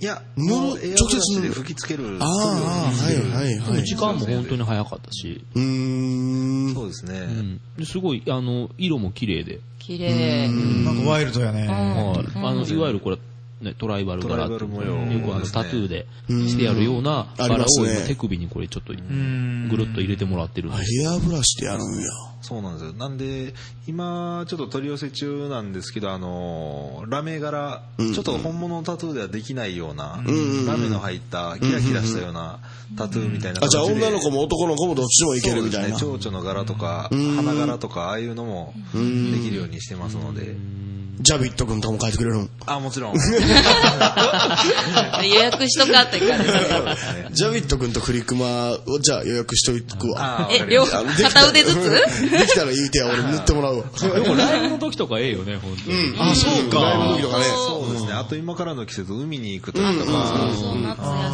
F: いや、
A: 塗る
F: もうエアブラシ
A: 直接塗
F: で
A: る
F: 吹きつける。
A: ああ、はいはい
E: で
A: は
E: も
A: い。
E: 時間も本当に早かったし、
A: うーん。
F: そうですね。
E: うんですごい、あの、色も綺麗で、
G: 綺麗。
D: なんかワイルドや
E: は
D: ね。
E: いあの、いわゆるこれ、ね、トライバル柄っていう
F: トライバル模様
E: よくあの
F: です
E: タ
F: ね
E: トゥーでしてやるような
A: あり
E: 柄を
A: ますね
E: 今手首にこれちょっとぐるっと入れてもらってるんで。
A: ヘアブラシでやるんや。
F: そうなんですよ。なんで、今、ちょっと取り寄せ中なんですけど、あのーラメ柄、
A: うん
F: ちょっと本物のタトゥーではできないような、
A: んうん
F: ラメの入った、キラキラしたようなタトゥーみたいな
A: あ、
F: 形
A: じ
F: で。
A: ゃあ女の子も男の子もどっちでもいけるみたいな。
F: そうですね。蝶々の柄とか、花柄とか、ああいうのもできるようにしてますので。
A: ジャビット君とかも書いてくれるん
F: あ、もち ろん。
G: 予約しとかってから
A: ジャビット君とクリクマをじゃあ予約しといくわ。
F: あ
G: え、両
A: あ
G: 方、
A: のできた
G: 片腕ずつ
A: できたら言うてや、俺塗ってもらうわ。
E: でもライブの時とかええよね、本当に。
A: あ、そうか。ライブの時とかね。
F: そうですね。あと今からの季節、海に行くとか
G: そうそう、夏や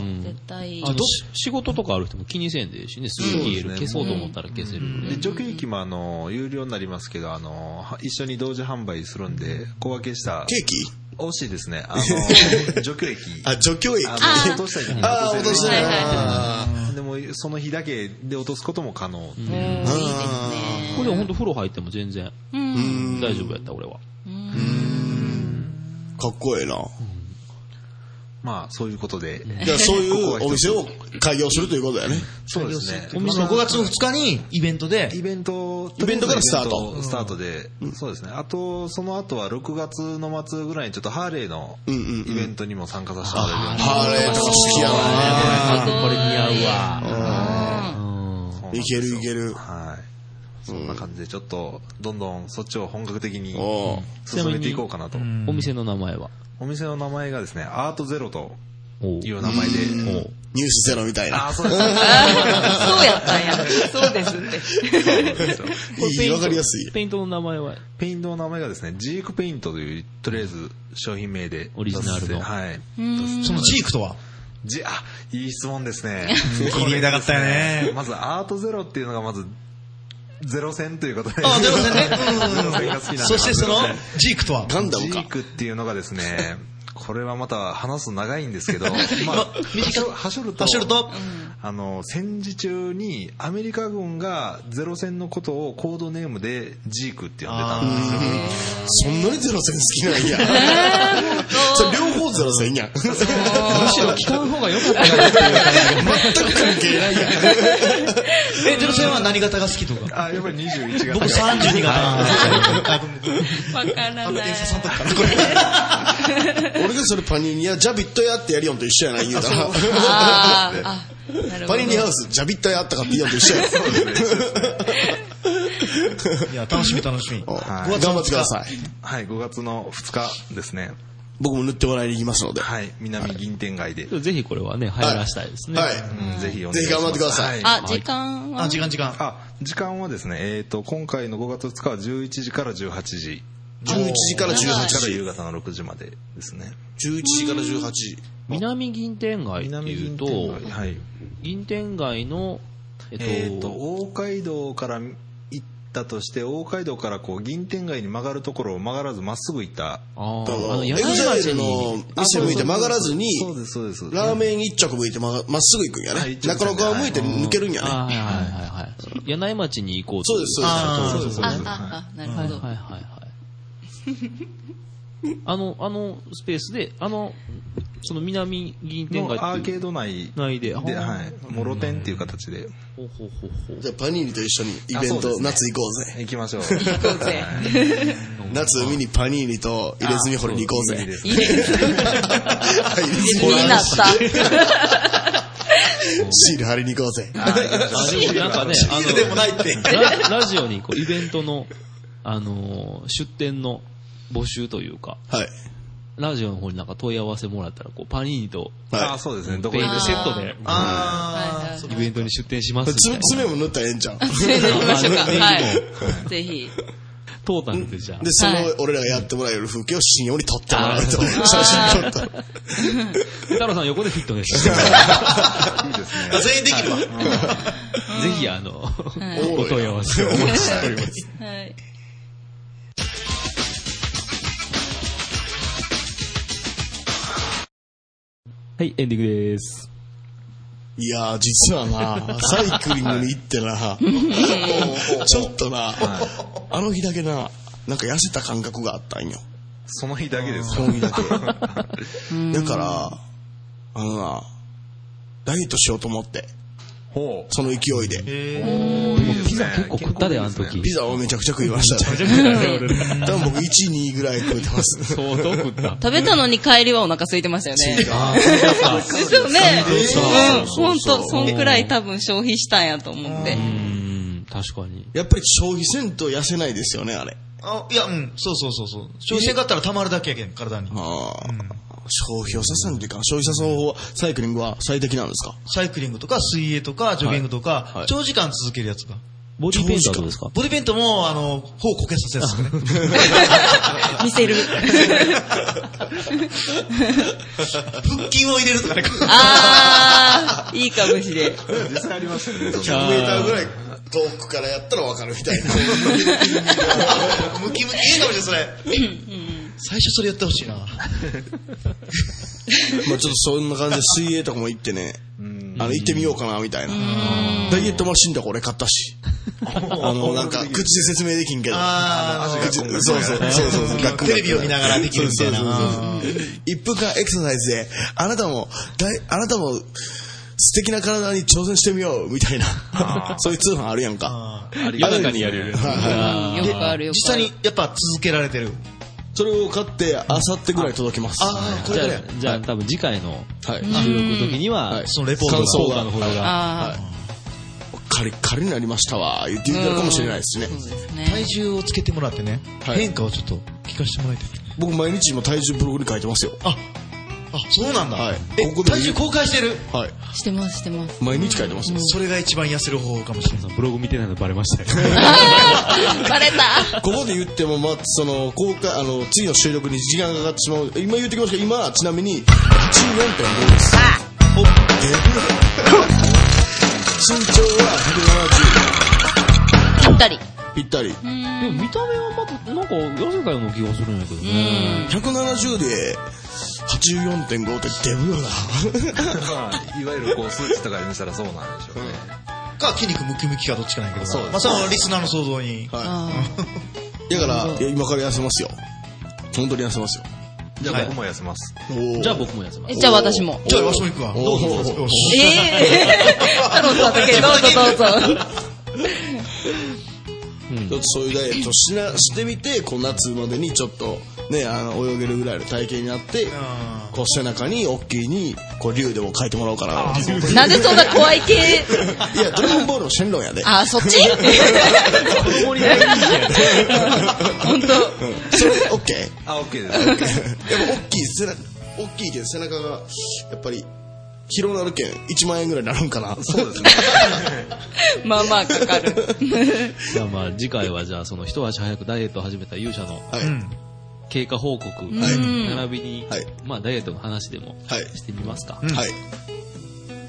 G: し、絶対いい
E: あ。のし仕事とかある人も気にせんでええしね、すぐ消える、
F: そう
E: 消
F: です
E: そ
F: ね
E: うと思ったら消せるぐらい
F: で、除菌機もあの、有料になりますけど、あの、は一緒に同時販売するんで、小分けした、
A: ケーキ
F: 惜しいですね。あ の、除去液。
A: あ、除去液。
F: あ
A: あ
F: の、落としたりに
A: あー、落
F: 落と
A: とし
F: せ
A: てな
F: る
A: い
G: はいはい
A: な。
F: でも、その日だけで落とすことも可能。
G: おーいいですね。
E: これでも本当風呂入っても全然
G: うん。
E: 大丈夫やった、俺は。
A: かっこええな。
F: まあ、そういうことで。
A: じゃあそういうお店を開業するということだよね。
F: そうですね。
D: あの5月の2日にイベントで、
F: イベント、
A: イベントからスタート
F: イベンスタートで、そうですね。あと、その後は6月の末ぐらいにちょっとハーレーの
A: んうんうん
F: イベントにも参加させてもらえるように
A: ハーレーとか好きやわ
G: すごい。これ似合うわ。
F: そ
A: ね。
F: うなんで
A: い
F: す
A: け
F: よ
A: るいける。
F: はい。そんな感じで、ちょっと、どんどんそっちを本格的に
A: おう
F: 進めていこうかなと。
E: お店の名前は。
F: お店の名前がですね、アートゼロと
E: おう
F: いう名前で。
E: おう
A: ニュースゼロみたいな。
F: ああ、そうですね。
G: そうやったんや。そうですって。
A: いい、わかりやすい。
E: ペイントの名前は
F: ペイントの名前がですね、ジークペイントという、とりあえず商品名で。
E: オリジナルの
F: はい。
D: そのチークとは
F: じ、あ、いい質問ですね。
D: 気に入りたかったよね。
F: まず、アートゼロっていうのがまず、ゼロ戦ということで。
D: あ、でも ね
F: ゼロ戦が好きなん
D: う
F: で
D: ん。そしてその、ジークとは
A: ガンダム
F: ジ
A: か
F: ー。クっていうのがですね、これはまた話すと長いんですけど、まあ、
D: 短く
F: はしょると、
D: ハッシュルと、
F: あの、戦時中にアメリカ軍がゼロ戦のことをコードネームでジークって呼んでたんです
A: そ
F: よ。
A: んなにゼロ戦好きなんや。 それ両方ゼロ戦やん。全く
E: むしろ聞かん方が良かったなっていう。
A: 関係ないやん。
D: え、ゼロ戦は何型が好きとか。
F: あ、やっぱり21が。
D: 僕32型なんですよ。
G: わから
D: あ、
G: ない
D: 店。員さんとか
A: 俺がそれパニーニやジャビットやってやりよんと一緒やない言うたら。
G: あーあ、なるほ
A: パ
G: ど
A: ニーニハウス、ジャビットやあったかって言いよんと一緒やん。
D: いや、楽しみ楽しみ。
A: はい頑張ってください。
F: はい、5月の2日ですね。
A: 僕も塗ってもらいに行きますので。は
F: はい、南銀天街で。
E: ぜひこれはね、入らしたいですね。
A: い。
F: うんぜひお願いしま
A: ぜひ頑
F: す。
A: 張ってください
F: はい
G: あ、時間は
D: あ、時間時間。
F: あ、時間はですね、えっ、と、今回の5月2日は11時から18時。
A: 11時から18
F: から
A: 時。
F: 夕方の6時までですね。
A: 11時から18時。
E: 南銀天街って
F: 南
E: いう
F: 銀
E: と、
F: 天街はい。
E: 銀天街の、えっと、
F: えっ、と、大街道から行ったとして、大街道からこう、銀天街に曲がるところを曲がらずまっすぐ行った。
E: あ
A: あ
E: ーあ
A: の
E: の、
A: エ
E: 柳
A: グザイ
E: 町
A: ル
E: に、
A: の店向いて曲がらずに、
F: そうです、そうです。
A: ラーメン一着向いてままっすぐ行くんや
F: は
A: ね
F: い。
A: 中野側向いて抜けるんやね。
E: あーはいはいはいはい。柳町に行こう
A: そうです、そうです。
D: あー
F: そうです、そうです。
G: あ、あ、なる
E: は
G: ほ
E: い
G: ど。
E: はいはいはい。あの、あのスペースで、あの、その南銀天
F: の
E: 街
F: アー
E: ってい
F: ケー
E: う
F: ド内
E: 内で、
F: で、
E: あー
F: はい。もろ店っていう形で
E: ほうほうほう ほう。
A: じゃあパニーニと一緒にイベン
F: あそうで
A: ト、
F: すね
A: 夏行こうぜ。
F: 行きましょう。
G: 行こうぜ。
A: 夏海にパニーニと入れ墨掘りに行こうぜ。
F: いい
A: 入
F: で
A: れ
F: す
G: いいです。気になった。
A: シール貼りに行こうぜ。
E: あ、でもなんかね、あ
D: ビールでもないって。
E: の、ララジオにこう、イベントの、あのー、出店の募集というか、
A: はい。
E: ラジオの方になんか問い合わせもらったら、こう、パニーニと、
A: は
F: あ、そうですね。どこ
E: ペイ
F: に
E: ントセットで、
D: あー、
E: イベントに出店しま
A: い。
E: す
A: つ
E: みたい
A: 爪も塗ったらええんちゃう
G: それで行きましょうか。はい。ぜひ。
E: な。トータルでじゃあ
A: で、。その
G: はい、
A: 俺らがやってもらえる風景を信用に撮ってもらうと。写真撮った。
E: 太郎さん横でフィ ットネスしてもら
F: いいですね。
D: あ全員できるわ。
E: うぜひ、あの、
A: い
E: お問い合わせをお待ちしております。
G: はい。
E: はい、エンディングです。
A: いやー、実はな、サイクリングに行ってな、ちょっとな、あの日だけな、なんか痩せた感覚があったんよ。
F: その日だけです
A: そ
F: か。
A: の日だけ。だから、あのな、ダイエットしようと思って、
F: ほう。
A: その勢いで。
E: ピザ結構食ったで、あの
F: 結構いい
E: 時
A: ピ。ザをめちゃくちゃ食いましたね。多分僕1、2ぐらい食えてます。
E: 相当食った。
G: 食べたのに帰りはお腹空いてましたよね。ですよね。うん。ほんと、そんくらい多分消費したんやと思って。
E: うん、確かに。
A: やっぱり消費せんと痩せないですよね、あれ。
D: あいや、うん、そうそうそうそう。消費せんかったら溜まるだけやけん、体に。
A: ああ、消費をさせるというか、消費させる方法は、サイクリングは最適なんですか
D: サイクリングとか水泳とかジョギングとか、
A: はい
D: 長時間続けるやつが。
E: ボディーペイントはどうですか
D: ボディペイントも、あの、頬をこけさせるやつ とかね。
G: 見せる。
D: 腹筋を入れるとかね。
G: あー、いいかもしれん。
F: 実際ありますよね。
A: 100メーターぐらい遠くからやったらわかるみたいな。
D: ムキムキいいかもしれん、それ。最初それやって ほしいな。
A: まあちょっとそんな感じで水泳とかも行ってね、あの、行ってみようかなみたいな。ダイエットマシンだこれ買った し。あの、なんか、口で説明できんけど。
D: あー
A: 口でそうそうそうそうそう学校
D: テレビを見ながらできるみたいな
A: そうそうそうそう一分間エクササイズで、あなたも、だいあなたも、素敵な体に挑戦してみようみたいな。 そういう通販あるやんか。
D: あ
A: 夜中にやる。はいはい
G: うんよくあるよ
D: 実
G: くあ
D: 際
G: る。
D: にやっぱ続けられてる。
A: それを買って、あさってぐらい届きます。
D: ああ、こ
E: じ
D: れ
E: ゃ
D: こ
E: あ
D: れ。、
E: じゃあ多分次回の
A: はい。
E: 収録の時には、
A: はい
D: そのレポート
A: 感
D: が
A: 想
E: 効果の方が
A: が。
G: あ
A: カリッカリになりましたわ。言って
G: ー。
A: いただるかもしれないですね
G: う。んそうですね。
D: 体重をつけてもらってね、
A: はい
D: 変化をちょっと聞かせてもらいたい。
A: 僕毎日今体重ブログに書いてますよ。
D: あ、あ、そうなんだ。
A: はい
D: え
A: ここで
D: 体重公開してる。
A: はい。
G: してます、してます。
A: 毎日書いてますよ。
D: それが一番痩せる方法かもしれない。
I: ブログ見てないのバレましたよ。
G: バレた
A: ここで言っても、まあ、その、公開、あの、次の収録に時間がかかってしまう。今言ってきましたけど、今はちなみに、14.5です。お、デブ身長は
G: ぴったり。
A: 170ぴったり。
E: でも見た目はまた、なんか痩せたような気がするんやけど
G: う
E: ね。
G: ん。
A: 170で、84.5ってデブよな。
F: まあ、いわゆるこう数値とかで見たらそうなんでしょうね。
D: か、筋肉ムキムキかどっちかないけど。
A: そうです
D: まあ、それはリスナーの想像に。
G: あ
A: だから、いや今から痩せますよ。本当に痩せますよ。
F: じゃ
D: は
F: あ
D: い
F: 僕も痩せます。
A: おー
E: じゃあ僕も痩せま
G: ーえ
E: す。
G: じゃあ私も。
D: じゃあ、わしも行くわ。
A: お
D: ど
A: ー
D: うぞどうぞ。よし
G: ええー。太郎さんだけどうぞどうぞ。
A: ちょっとそういうダイエットしなしてみてこう夏までにちょっと、ね、あの泳げるぐらいの体型になって
D: あ
A: こう背中に大きいにこう竜でも描いてもらおうかなって
G: なんでそんな怖い系。
A: いやドラゴンボールのシェンロンやで
G: あー、そっ ち 本当。
A: それで OK で
F: あ、OK です。
A: も大きい背中大きいけど背中がやっぱり広なるけん1万円ぐらいになるんかなそうですね
G: まあまあかかる。
E: じゃあまあ次回はじゃあその一足早くダイエットを始めた勇者の
A: はい、
D: うん。
E: 経過報告、並びに、
A: はい
E: まあダイエットの話でも
A: はい
E: してみますか。
A: はい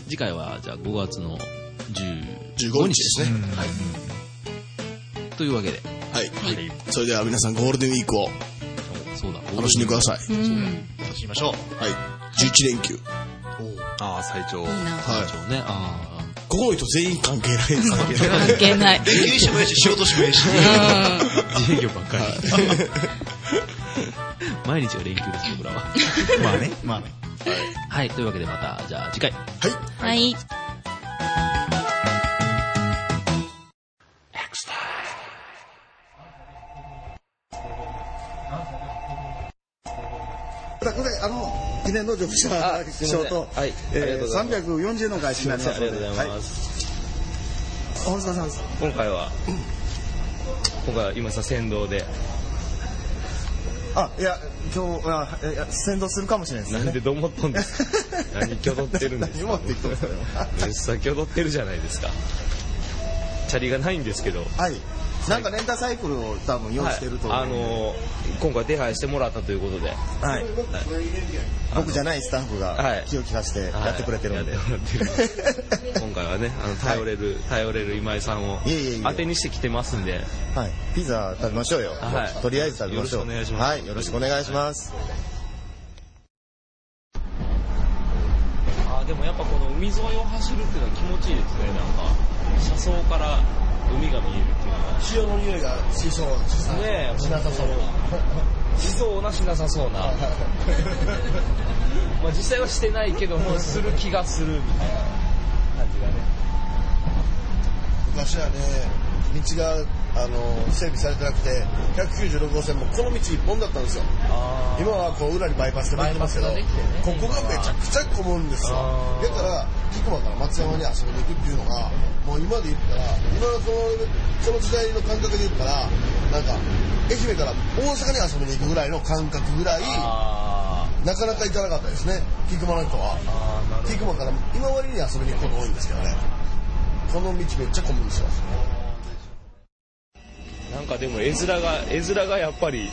E: 次回はじゃあ5月の
A: 15日
E: 15日
A: ですね、はい
E: というわけで、
A: はい、それでは皆さんゴールデンウィークを
E: そうだ、
A: 楽しんでください、
G: うん。いい
D: 楽しみましょう。
A: はい11連休
F: ああ、最長。
G: な。
A: はい
E: そうね、ああ。
A: ここの人全員関係ないですから
G: 関係ない。
D: 休日してもええし、仕事してもええし。
G: う
I: 自営業ばっかり。
E: 毎日が連休です、僕 らは。
D: ま あね。まあね。
E: はい、というわけでまた、じゃあ次回。
G: ん。はい。
C: これあの記念の読者賞と、はい、えー、340の返しになりますので、ありがとうございます。はい、大塚さんです。
J: 今回は、今回は今さ先導で
C: あ、いや今日はえいや先導するかもしれないです
J: なんでどもっとんです か何挙動ってるんですか
C: ってきてますよ。
J: めっさ挙動ってるじゃないですかチャリがないんですけど
C: はい。なんかレンタサイクルを多分用意してると思う。
J: あのー今回手配してもらったということで
C: はい。僕じゃないスタッフ
J: は
C: が
J: い
C: 気を利かしてやってくれてるんで
J: は。いやってもらって る今回はねあの頼れる、頼れる今井さんを
C: いえいえいえ
J: 当てにしてきてますんで
C: はい。ピザ食べましょうよ。
J: はい
C: とりあえず食べましょう。
J: よろしくお願いします
C: はい。よろしくお願いします。
J: あーでもやっぱこの海沿いを走るっていうのは気持ちいいですねなんか車窓から海が見えるっていうのは
C: 塩の匂いがしそう。
J: ねえ
C: しなさそう。
J: しそうなしなさそうな、 まあ実際はしてないけどもする気がするみたいな感じがね
C: 昔はね、道が
A: あの整備されてなくて196号線もこの道一本だったんですよ今はこう裏にバイパスができてますけど、ここがめちゃくちゃ混むんですよだから菊間から松山に遊びに行くっていうのがもう今で言ったら今のこのこの時代の感覚で言ったらなんか愛媛から大阪に遊びに行くぐらいの感覚ぐらいなかなか行かなかったですね菊間の人は菊間から今割に遊びに行くこと多いんですけどねこの道めっちゃ混むんですよ
F: なんかでも絵面が絵面がやっぱり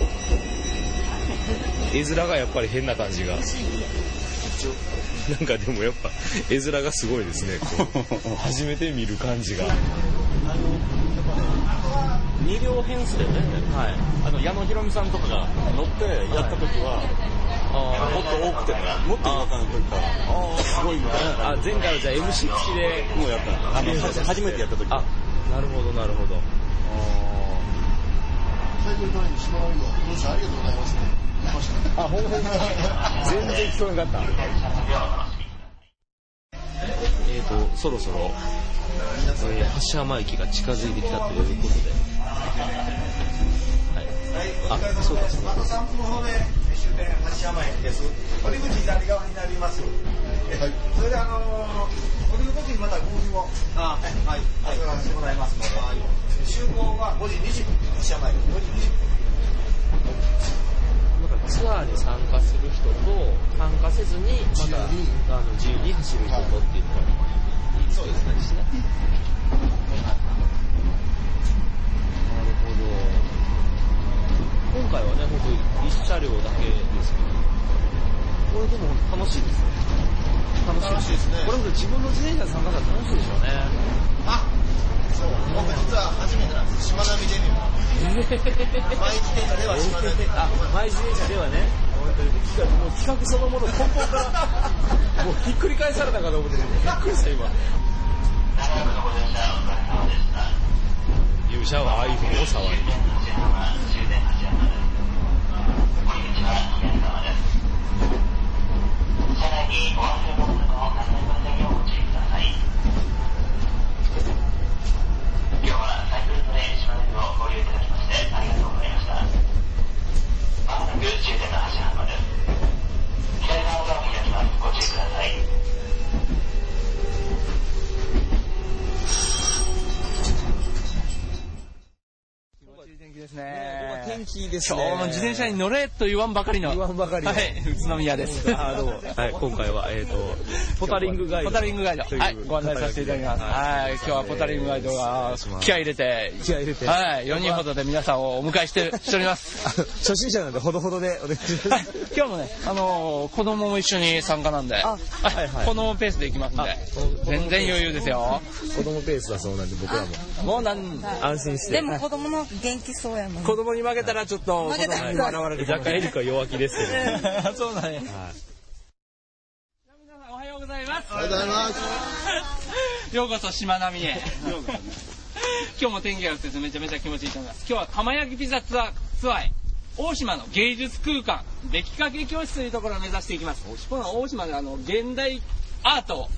F: 絵面がやっぱり変な感じがなんかでもやっぱ絵面がすごいですねこう初めて見る感じが
E: 二両編成でね、はい、あの矢野宏美さんとかが乗ってやった時は、あーもっと多くてね、もっと多かった時から、あーすごいみたいな。あ、前回はじゃあ MC 付きで。もうやった。あの、はじ初めてやった時。あ、なるほど、なるほど。
A: タイトル前に島の運動ご視聴ありがとうございましたあ、ほんま
E: 全然聞こえなかった。
F: えっ、とそろそろ、えー発車前駅が近づいてきたということで、はい、あそうかそうか
D: あと3分ほどで終点発車前です。折り口左側になります。はい。それであのー、折り口にまた合流を。あはい。はい。お願いしてもらいますので。集合は5時20分。発車前5時20分。
E: なんかツアーに参加する人と参加せずにまたあの自由に走る人とっていうのがいいそうですね。なるほど。今回はね本当一車両だけですけど、これでも楽しいですね。楽しいですね。これも自分の自転車で参加したら楽しいでしょうね。あ、そう。僕実は初めてなんです。しまなみデビュー。
D: マイ自転車ではしまない。あ、マイ自転車ではね。本当に企画もう企画そのもの根本からもうひっくり返されたかと思ってびっくりした今。
F: 勇者は iPhone を触り
H: 今日はサイクルトレイン島根をご利用いただきましてありがとうございました。まもなく終点の橋浜です。左側が開きます。ご注意ください。
K: 天気いいですね。今日も自転車に乗れと言わんばかりの。言わんばかりはい、宇都宮です。あどうも。
F: はい、今回は、えっ、と、ポタリングガイド。
K: ポタリングガイド。はい、ご案内させていただきます。はい、今日はポタリングガイドが気合い入れて、気合入れ
C: て
K: はい、4人ほどで皆さんをお迎えして、しております。
C: 初心者なんでほどほどでお願いし
K: ます。 今日もね、あのー子供も一緒に参加なんで、はいこのペースで行きますんで、全然余裕ですよ。
C: 子供ペースだそうなんで僕らも。
K: もうなん、
C: 安心して。
G: でも子供の元気そうやもん。
C: 子供に負けたらちょっと、
G: 負けたら
C: 子供にも現れて
F: 若干エリカ弱気ですけど。
K: そうなんや。
L: おはようございます。
K: おはようございます。ようこそ島並へ。今日も天気が良くてめちゃめちゃ気持ちいいと思います。今日は釜焼きピザツアー、ツアーへ。大島の芸術空間、出来かけ教室というところを目指していきます。この大島であの、現代アート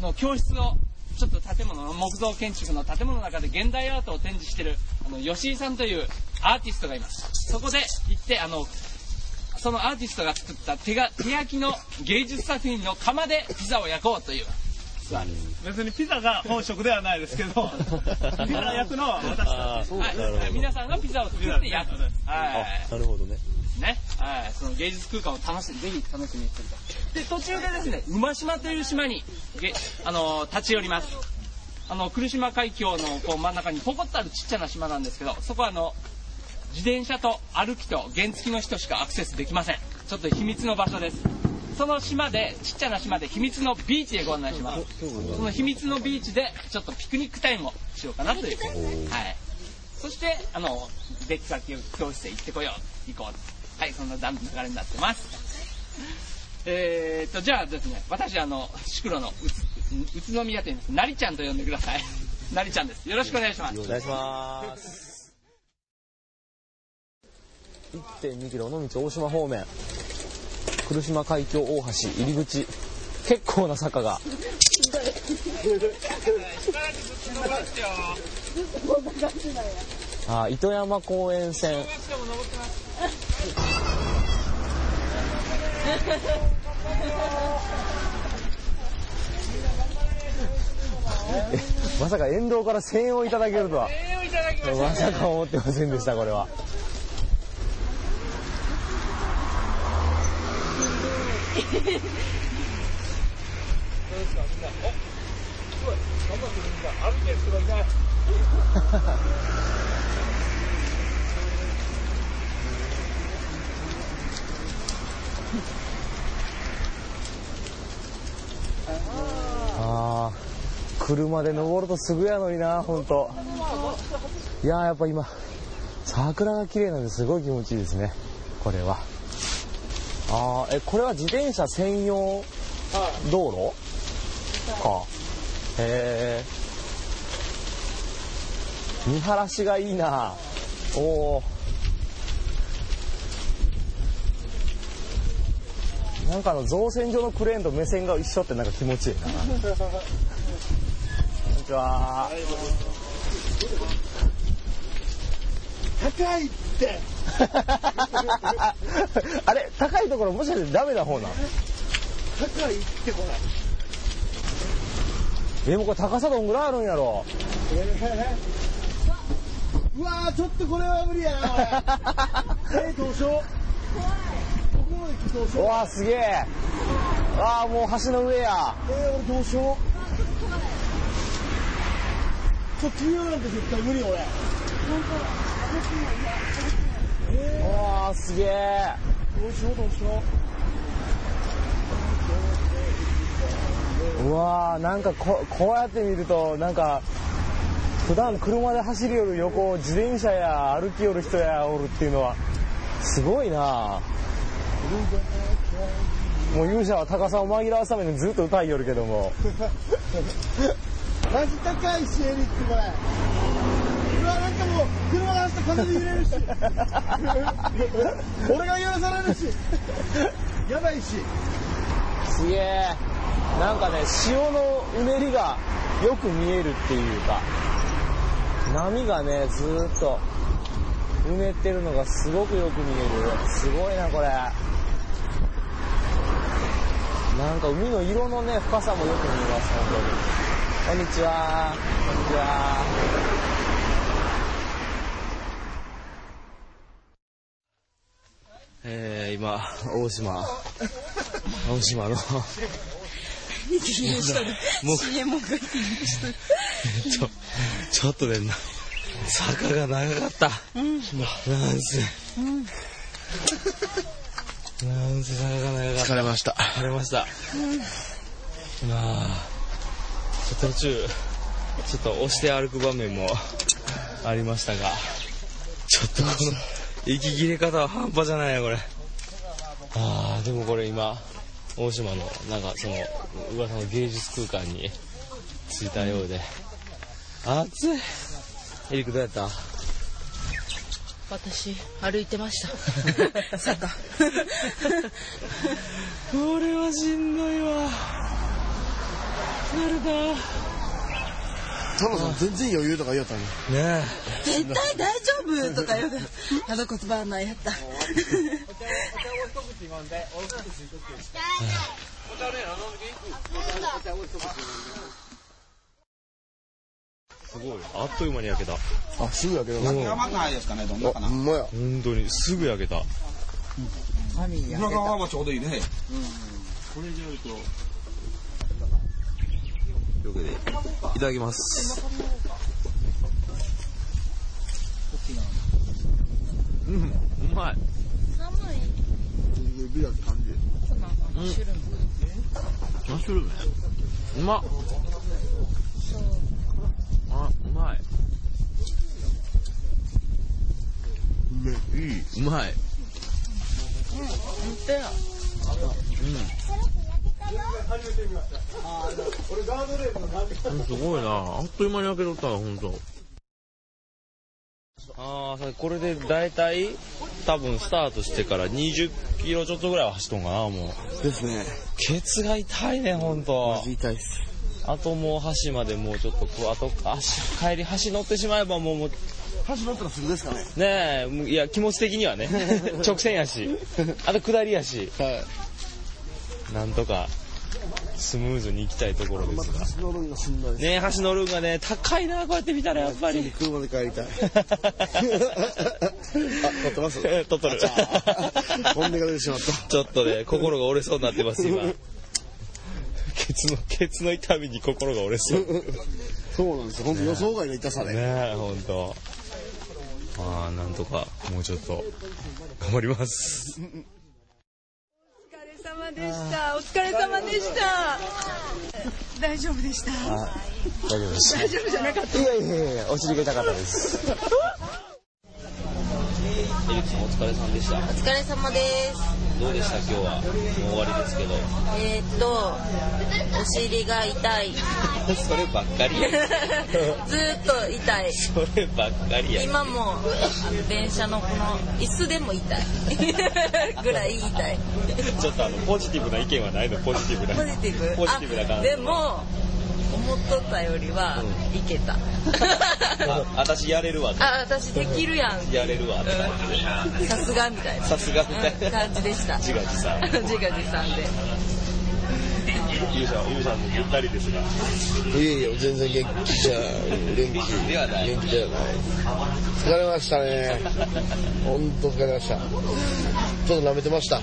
K: の教室を、ちょっと建物の、木造建築の建物の中で現代アートを展示している、あの、吉井さんというアーティストがいます。そこで行って、あの、そのアーティストが作った手が手焼きの芸術作品の釜でピザを焼こうというツアーです。
L: 別にピザが本職ではないですけ ど、ピザ焼くのは私
K: あ
L: た
K: ー
L: ち。
K: そう
L: はい
K: なるほど
L: 皆さんがピザを作って焼く。はい。
K: なるほどね。
L: ね、はい、その芸術空間を楽しんで、ぜひ楽しみにしてください。で、途中でですね、馬島という島に、げあのー立ち寄ります。あの、来島海峡のこう真ん中にポコッとあるちっちゃな島なんですけど、そこはあの、自転車と歩きと原付きの人しかアクセスできません。ちょっと秘密の場所です。その島で、ちっちゃな島で秘密のビーチへご案内します。その秘密のビーチで、ちょっとピクニックタイムをしようかなという。はい。そして、あの、出来先を教室へ行ってこよう、行こう。はい、そんな段流れになってます。えーっと、じゃあですね、私、あの、宿路のうつ宇都宮店です。なりちゃんと呼んでください。なりちゃんです。よろしくお願いします。
K: お願いします。
E: 1.2キロ尾道大島方面来島海峡大橋入り口結構な坂が
L: しばらくこっちの方ですよ。
M: あ、糸山公園線。
D: えまさか沿道から声援をいただけるとは。
N: いただきました。
D: まさか思ってませんでした、これは。あー車で登るとすぐやのにな、本当。いやーやっぱ今、桜が綺麗なんですごい気持ちいいですね、これは。あーえ、これは自転車専用道路か。へー見晴らしがいいなおーなんかあの造船所のクレーンと目線が一緒ってなんか気持ちいいな。こんにちは。
O: 高いって
D: あれ高いところもしかしてダメな方なの
O: 高いってこれ
D: でもこれ高さどんぐらいあるんやろ
O: えーうわーちょっとこれは無理やなこれえーどうし ようここまで来てどうし
D: う
O: よう
D: わーすげえああもう橋の上や
O: えー俺どうしようちょっと飛び降りなんて絶対無理俺
D: うわーすげえ
O: どうしようどうしよ
D: うわーなんかここうやって見るとなんか普段車で走り寄る横を自転車や歩き寄る人やおるっていうのはすごいなもう勇者は高さを紛らわすためにずっと歌いよるけど
O: う
D: も
O: マジ高いしエリックこれうわなんかもう車が走ったら風で揺れるし俺が揺らされるしやばいし
D: すげえなんかね潮のうねりがよく見えるっていうか波がねずーっとうねってるのがすごくよく見えるすごいなこれなんか海の色のね深さもよく見えます本当にこんにちはこんにちはえー、今大島青島の、もう
P: CM を書いてみました。
D: ちょ、ちょっとでな、坂が長かった。
P: うん
D: なんせ、
P: うん
D: なんせ坂が長かった。
A: 疲れました。
D: 疲れました。まあ、途中、ちょっと押して歩く場面もありましたが、ちょっとこの、息切れ方は半端じゃないよ、これ。ああ、でもこれ今、大島の、なんかその、噂の芸術空間に着いたようで、暑い。エリックどうやった
P: 私、歩いてました。坂。
D: これはしんどいわ。慣れ
A: タナさん全然余裕とか言いよったね。
D: ねえ。
G: 絶対大丈夫とか言うから、あの骨盤ないやった。
Q: すごい。あっという間に焼けた。
A: あ、すぐ焼け
Q: た
R: 甘くないですかねどんなかな
Q: あほ
A: んまや。
Q: 本当に、すぐ焼けた。
R: 裏側はちょうどいいね
D: これじゃうと。
S: というわけでいただきます
Q: うん、うまい。
G: 寒い。
A: 指だって感じ。
G: マッシュルーム。
Q: マッシュルームうまっ。あ、うまい。いい。うまい。
G: 本当や。
O: 俺ガードレールの何
Q: うん。すごいな。あっという間に焼けとったわ、ほんと。
E: ああ、これで大体、多分スタートしてから20キロちょっとぐらいは走っとんかな、もう。
A: ですね。
E: ケツが痛いね、ほんと。痛いっす。
F: あともう橋までもうちょっとこう、あと足、帰り橋乗ってしまえばもう、もう
T: 橋乗ったらすぐですかね
F: ねえもう、いや、気持ち的に はね、直線やし、あと下りやし、なんとか、スムーズに行きたいところですが。
A: 橋乗るんがしんどい
F: ねえ、橋乗るんがね、高いな、こうやって見たらやっぱり。
A: 車で帰りたい。
F: 撮ってます撮っとる。
A: 本音が出てしまった。
F: ちょっとね、心が折れそうになってます、今。ケツの、ケツの痛みに心が折れそう。
A: そうなんですよ。本当予想外の痛さ
F: ね
A: ね。
F: え、ほんと。まあ、なんとか、もうちょっと、頑張り ます。
U: お疲れ様でした。お疲れ様でした。大丈夫でした。
F: 大丈夫で
U: 大丈夫じゃなかった。
F: いやいやいや、お尻が痛かったです。エリクさんお疲れさんでした。
G: お疲れ様です。
F: どうでした今日は。もう終わりですけど。
G: えーっと、お尻が痛い。
F: そればっかりや。
G: ずーっと痛い。
F: そればっかりや。
G: 今もあの電車のこの椅子でも痛い ぐらい痛い
F: ちょっとあの、ポジティブな意見はないの、ポジティブな。
G: ポジティブ
F: ポジティブな感
G: あ
F: じ。
G: でも思っとったよりはいけ た
F: あ、私やれるわ。
G: あ私できるやん
F: やれるわ。
G: さすがみたいな
F: さすがみたいな
G: うん感じでした
F: 自画自賛
G: 自画自賛で
V: ゆうさん、ゆうさん、ゆったりですが。
A: いやいや、全然元気じゃ、元気ではない。元気ではない。疲れましたね。本当疲れました。ちょっと舐めてました。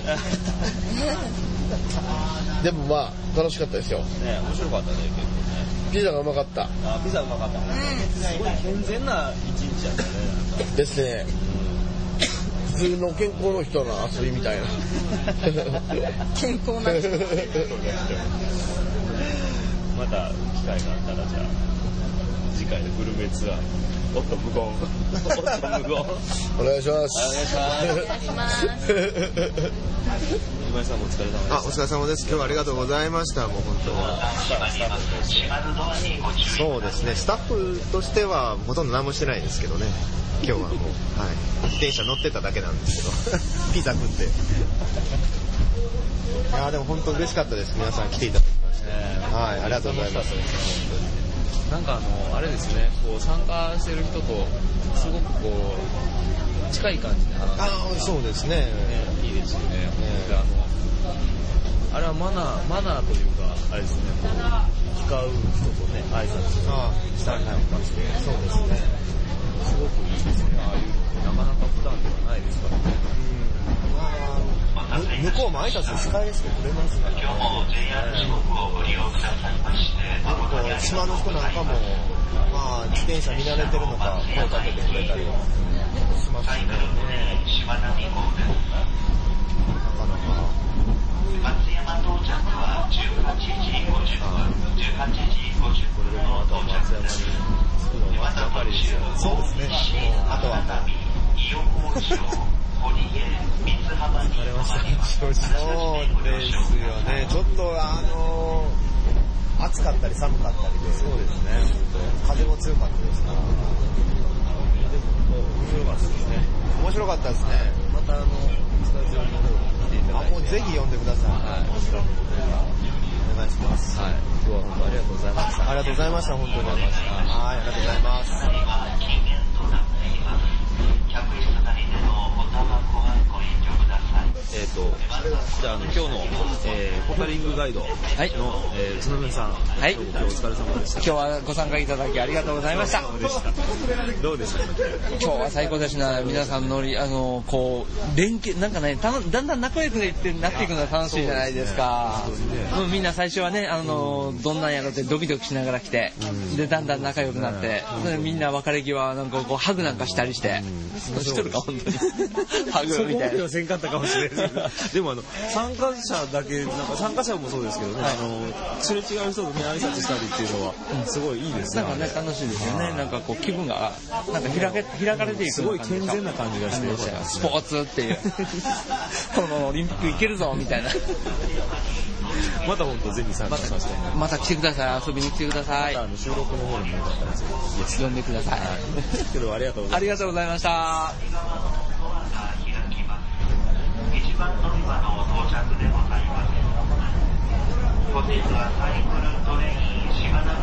A: でもまあ、楽しかったですよ。
F: ね、面白かったね、結構ね。
A: ピザがうまかった。
F: あ、ピザうまかった。すごい健全な一日やったね。
A: ですね。普通の健康の人の遊びみたいな。
G: 健康な人
V: また機会があったらじゃあ次回のグルメツアーおっと無言おっと無言
A: お願いしま
V: お願いします
F: 今井さんもお疲れ様
D: あ、お疲れ様です。今日はありがとうございました。もう本当。そうですね。スタッフとしてはほとんど何もしてないんですけどね。今日はもう、はい。自転車乗ってただけなんですけど。 ピザ食って。いやーでも本当嬉しかったです。皆さん来ていただきまして。はい、ありがとうございます。
F: なんかあの、あれですね、こう参加してる人と、すごくこう、近い感じで話
D: あそうですね
F: いいですよね。であの、あれはマナー、マナーというか、あれですね、こう、行き交う人とね、挨拶したりとかして、そうですね。すごくいいですね、ああいうのってなかなか普段ではないですからね。
D: む向こうも挨拶スカイレスでくれますから、ね。結構島の人なんかも、まあ、自転車見慣れてるのか、声かけてくれたりはしますね。そうですね。あとは、そうですよね。ちょっとあの暑かったり寒かったりで、そうですね。風も強かったですから。面白かったですね。面白かったですね。またあの、スタジオの方来ていただいて。もうぜひ呼んでください。お願いします。はい。今日は本当ありがとうございました。ありがとうございました、本当に。はい、ありがとうございます。
F: えっ、と、じゃあ、あの、今日の、えー、ポタリングガイドの、えー、宇都宮さん。はい。今日お疲れ様でした。
K: 今日はご参加いただきありがとうございました。
F: どう でした
K: 今日は最高ですね。皆さんのり、あの、こう、連携、なんかね、たのだんだん仲良くなってなっていくのが楽しいじゃないですか。うんみんな最初はね、あの、どんなんやろってドキドキしながら来て、で、だんだん仲良くなって、でみんな別れ際、なんかこう、ハグなんかしたりして、しとるか、本当に。ハグみたいな。
F: せんかったかもしれないですけど、でもあの、参加者だけ、なんか参加者もそうですけどね、あの、すれ違う人とね、挨拶したりっていうのは、すごいいいです
K: なんかね、楽しいですよね。なんかこう、気分が、なんか開け、開かれていく
F: すごい健全な感じがしてよかったです
K: スポーツって いう。このオリンピックいけるぞ、みたいな。
F: また本当ぜひ参加しましたね。
K: また来てください。遊びに来てください。
F: あの、収録の方にもよかったらぜひ。
K: 呼んでください。
F: けどありがとうございます
K: ありがとうございました。
H: ご乗車しがなみ